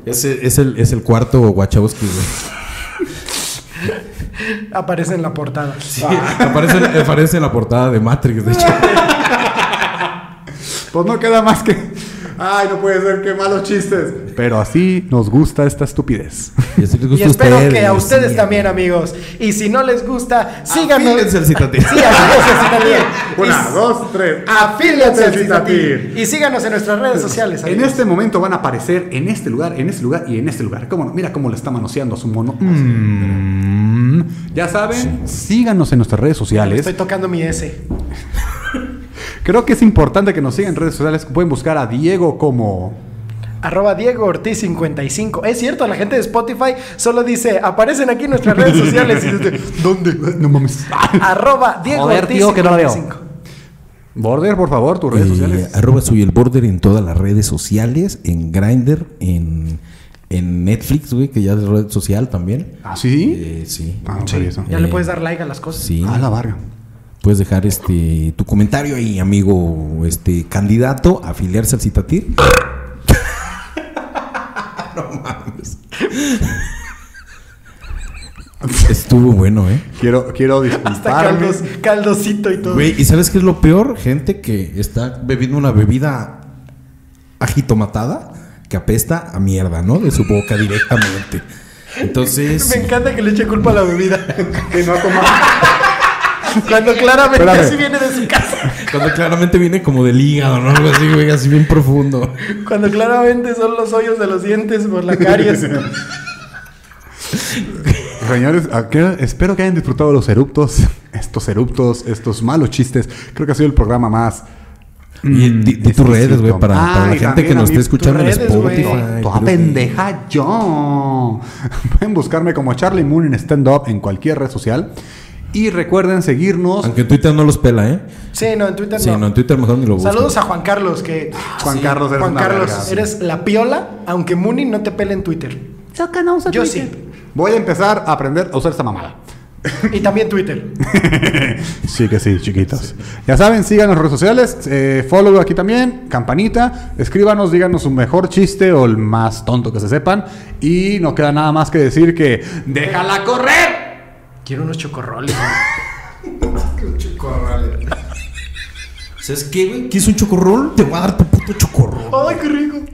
D: Ese es el, es el cuarto Wachowski, güey.
A: Aparece en la portada.
D: Aparece, aparece en la portada de Matrix, de hecho.
C: Pues no queda más que. Ay, no puede ser, qué malos chistes. Pero así nos gusta esta estupidez.
D: Y así les
A: Y espero que a ustedes también, amigos. Y si no les gusta, síganme.
D: Afílense al citatir.
A: Sí, afílense al citatir.
C: Una,
A: Y-
C: dos, tres.
A: Afílense al citatir. Y síganos en nuestras redes sociales.
C: En este momento van a aparecer en este lugar, en este lugar y en este lugar. ¿Cómo no? Mira cómo le está manoseando a su mono. Mm. Ya saben, síganos en nuestras redes sociales.
A: Estoy tocando mi S.
C: Creo que es importante que nos sigan en redes sociales. Pueden buscar a Diego como.
A: Arroba Diego Ortiz 55. Es cierto, la gente de Spotify solo dice, aparecen aquí nuestras redes sociales. Y dice,
C: ¿Dónde? No mames.
A: arroba Diego
C: Joder,
A: Ortiz
C: tío, que no la veo.
A: 55.
C: Border, por favor, tus redes
D: Eh,
C: sociales.
D: arroba soy el border en todas las redes sociales, en Grindr, en, en Netflix, güey, que ya es red social también.
C: ¿Ah, sí?
D: Eh, sí.
C: Ah, no sabía eso.
A: Ya le
D: Eh,
A: puedes dar like a las cosas.
D: Sí.
C: A la barra.
D: Puedes dejar este tu comentario ahí, amigo, este candidato a afiliarse al Citatir. no mames. Estuvo bueno, eh.
C: Quiero, quiero
A: Hasta
C: disculparme.
A: caldos- caldosito y todo.
D: Güey, ¿y sabes qué es lo peor? Gente que está bebiendo una bebida agitomatada que apesta a mierda, ¿no? De su boca directamente. Entonces,
A: Me encanta que le eche culpa a la bebida.
C: Que no ha tomado.
A: Cuando claramente
D: Espérame.
A: así viene de su casa.
D: Cuando claramente viene como del hígado, ¿no? Algo así, güey, así bien profundo.
A: Cuando claramente son los hoyos de los dientes por la caries.
C: Señores, a- que- espero que hayan disfrutado los eruptos, estos eruptos, estos malos chistes. Creo que ha sido el programa más.
P: Mm,
D: Y di, di tus redes, güey, para,
C: Ah,
D: para la
C: y
D: gente
C: también
D: que nos
C: a mí,
D: esté escuchando en
C: tus redes, güey.
D: Spotify.
C: Toda
D: creo que-
C: pendeja yo. Pueden buscarme como Charlie Moon en stand-up en cualquier red social. Y recuerden seguirnos.
D: Aunque Twitter no los pela, ¿eh?
A: Sí, no, en Twitter
D: Sí,
A: no.
D: no, en Twitter mejor ni lo busco.
A: Saludos a Juan Carlos, que.
C: Juan Carlos, eres
A: Juan
C: una
A: Carlos,
C: verga.
A: eres la piola, aunque Muni no te pele en Twitter. Yo sí.
C: Voy a empezar a aprender a usar esta mamada.
A: Y también Twitter.
C: Sí que sí, chiquitos. Ya saben, síganos en redes sociales, eh, follow aquí también, campanita, escríbanos, díganos su mejor chiste o el más tonto que se sepan. Y no queda nada más que decir que déjala correr.
A: Quiero unos chocorroles.
P: ¿Sabes qué, güey? ¿Quieres un chocorrol? Te voy a dar tu puto chocorrol.
A: Ay, qué rico.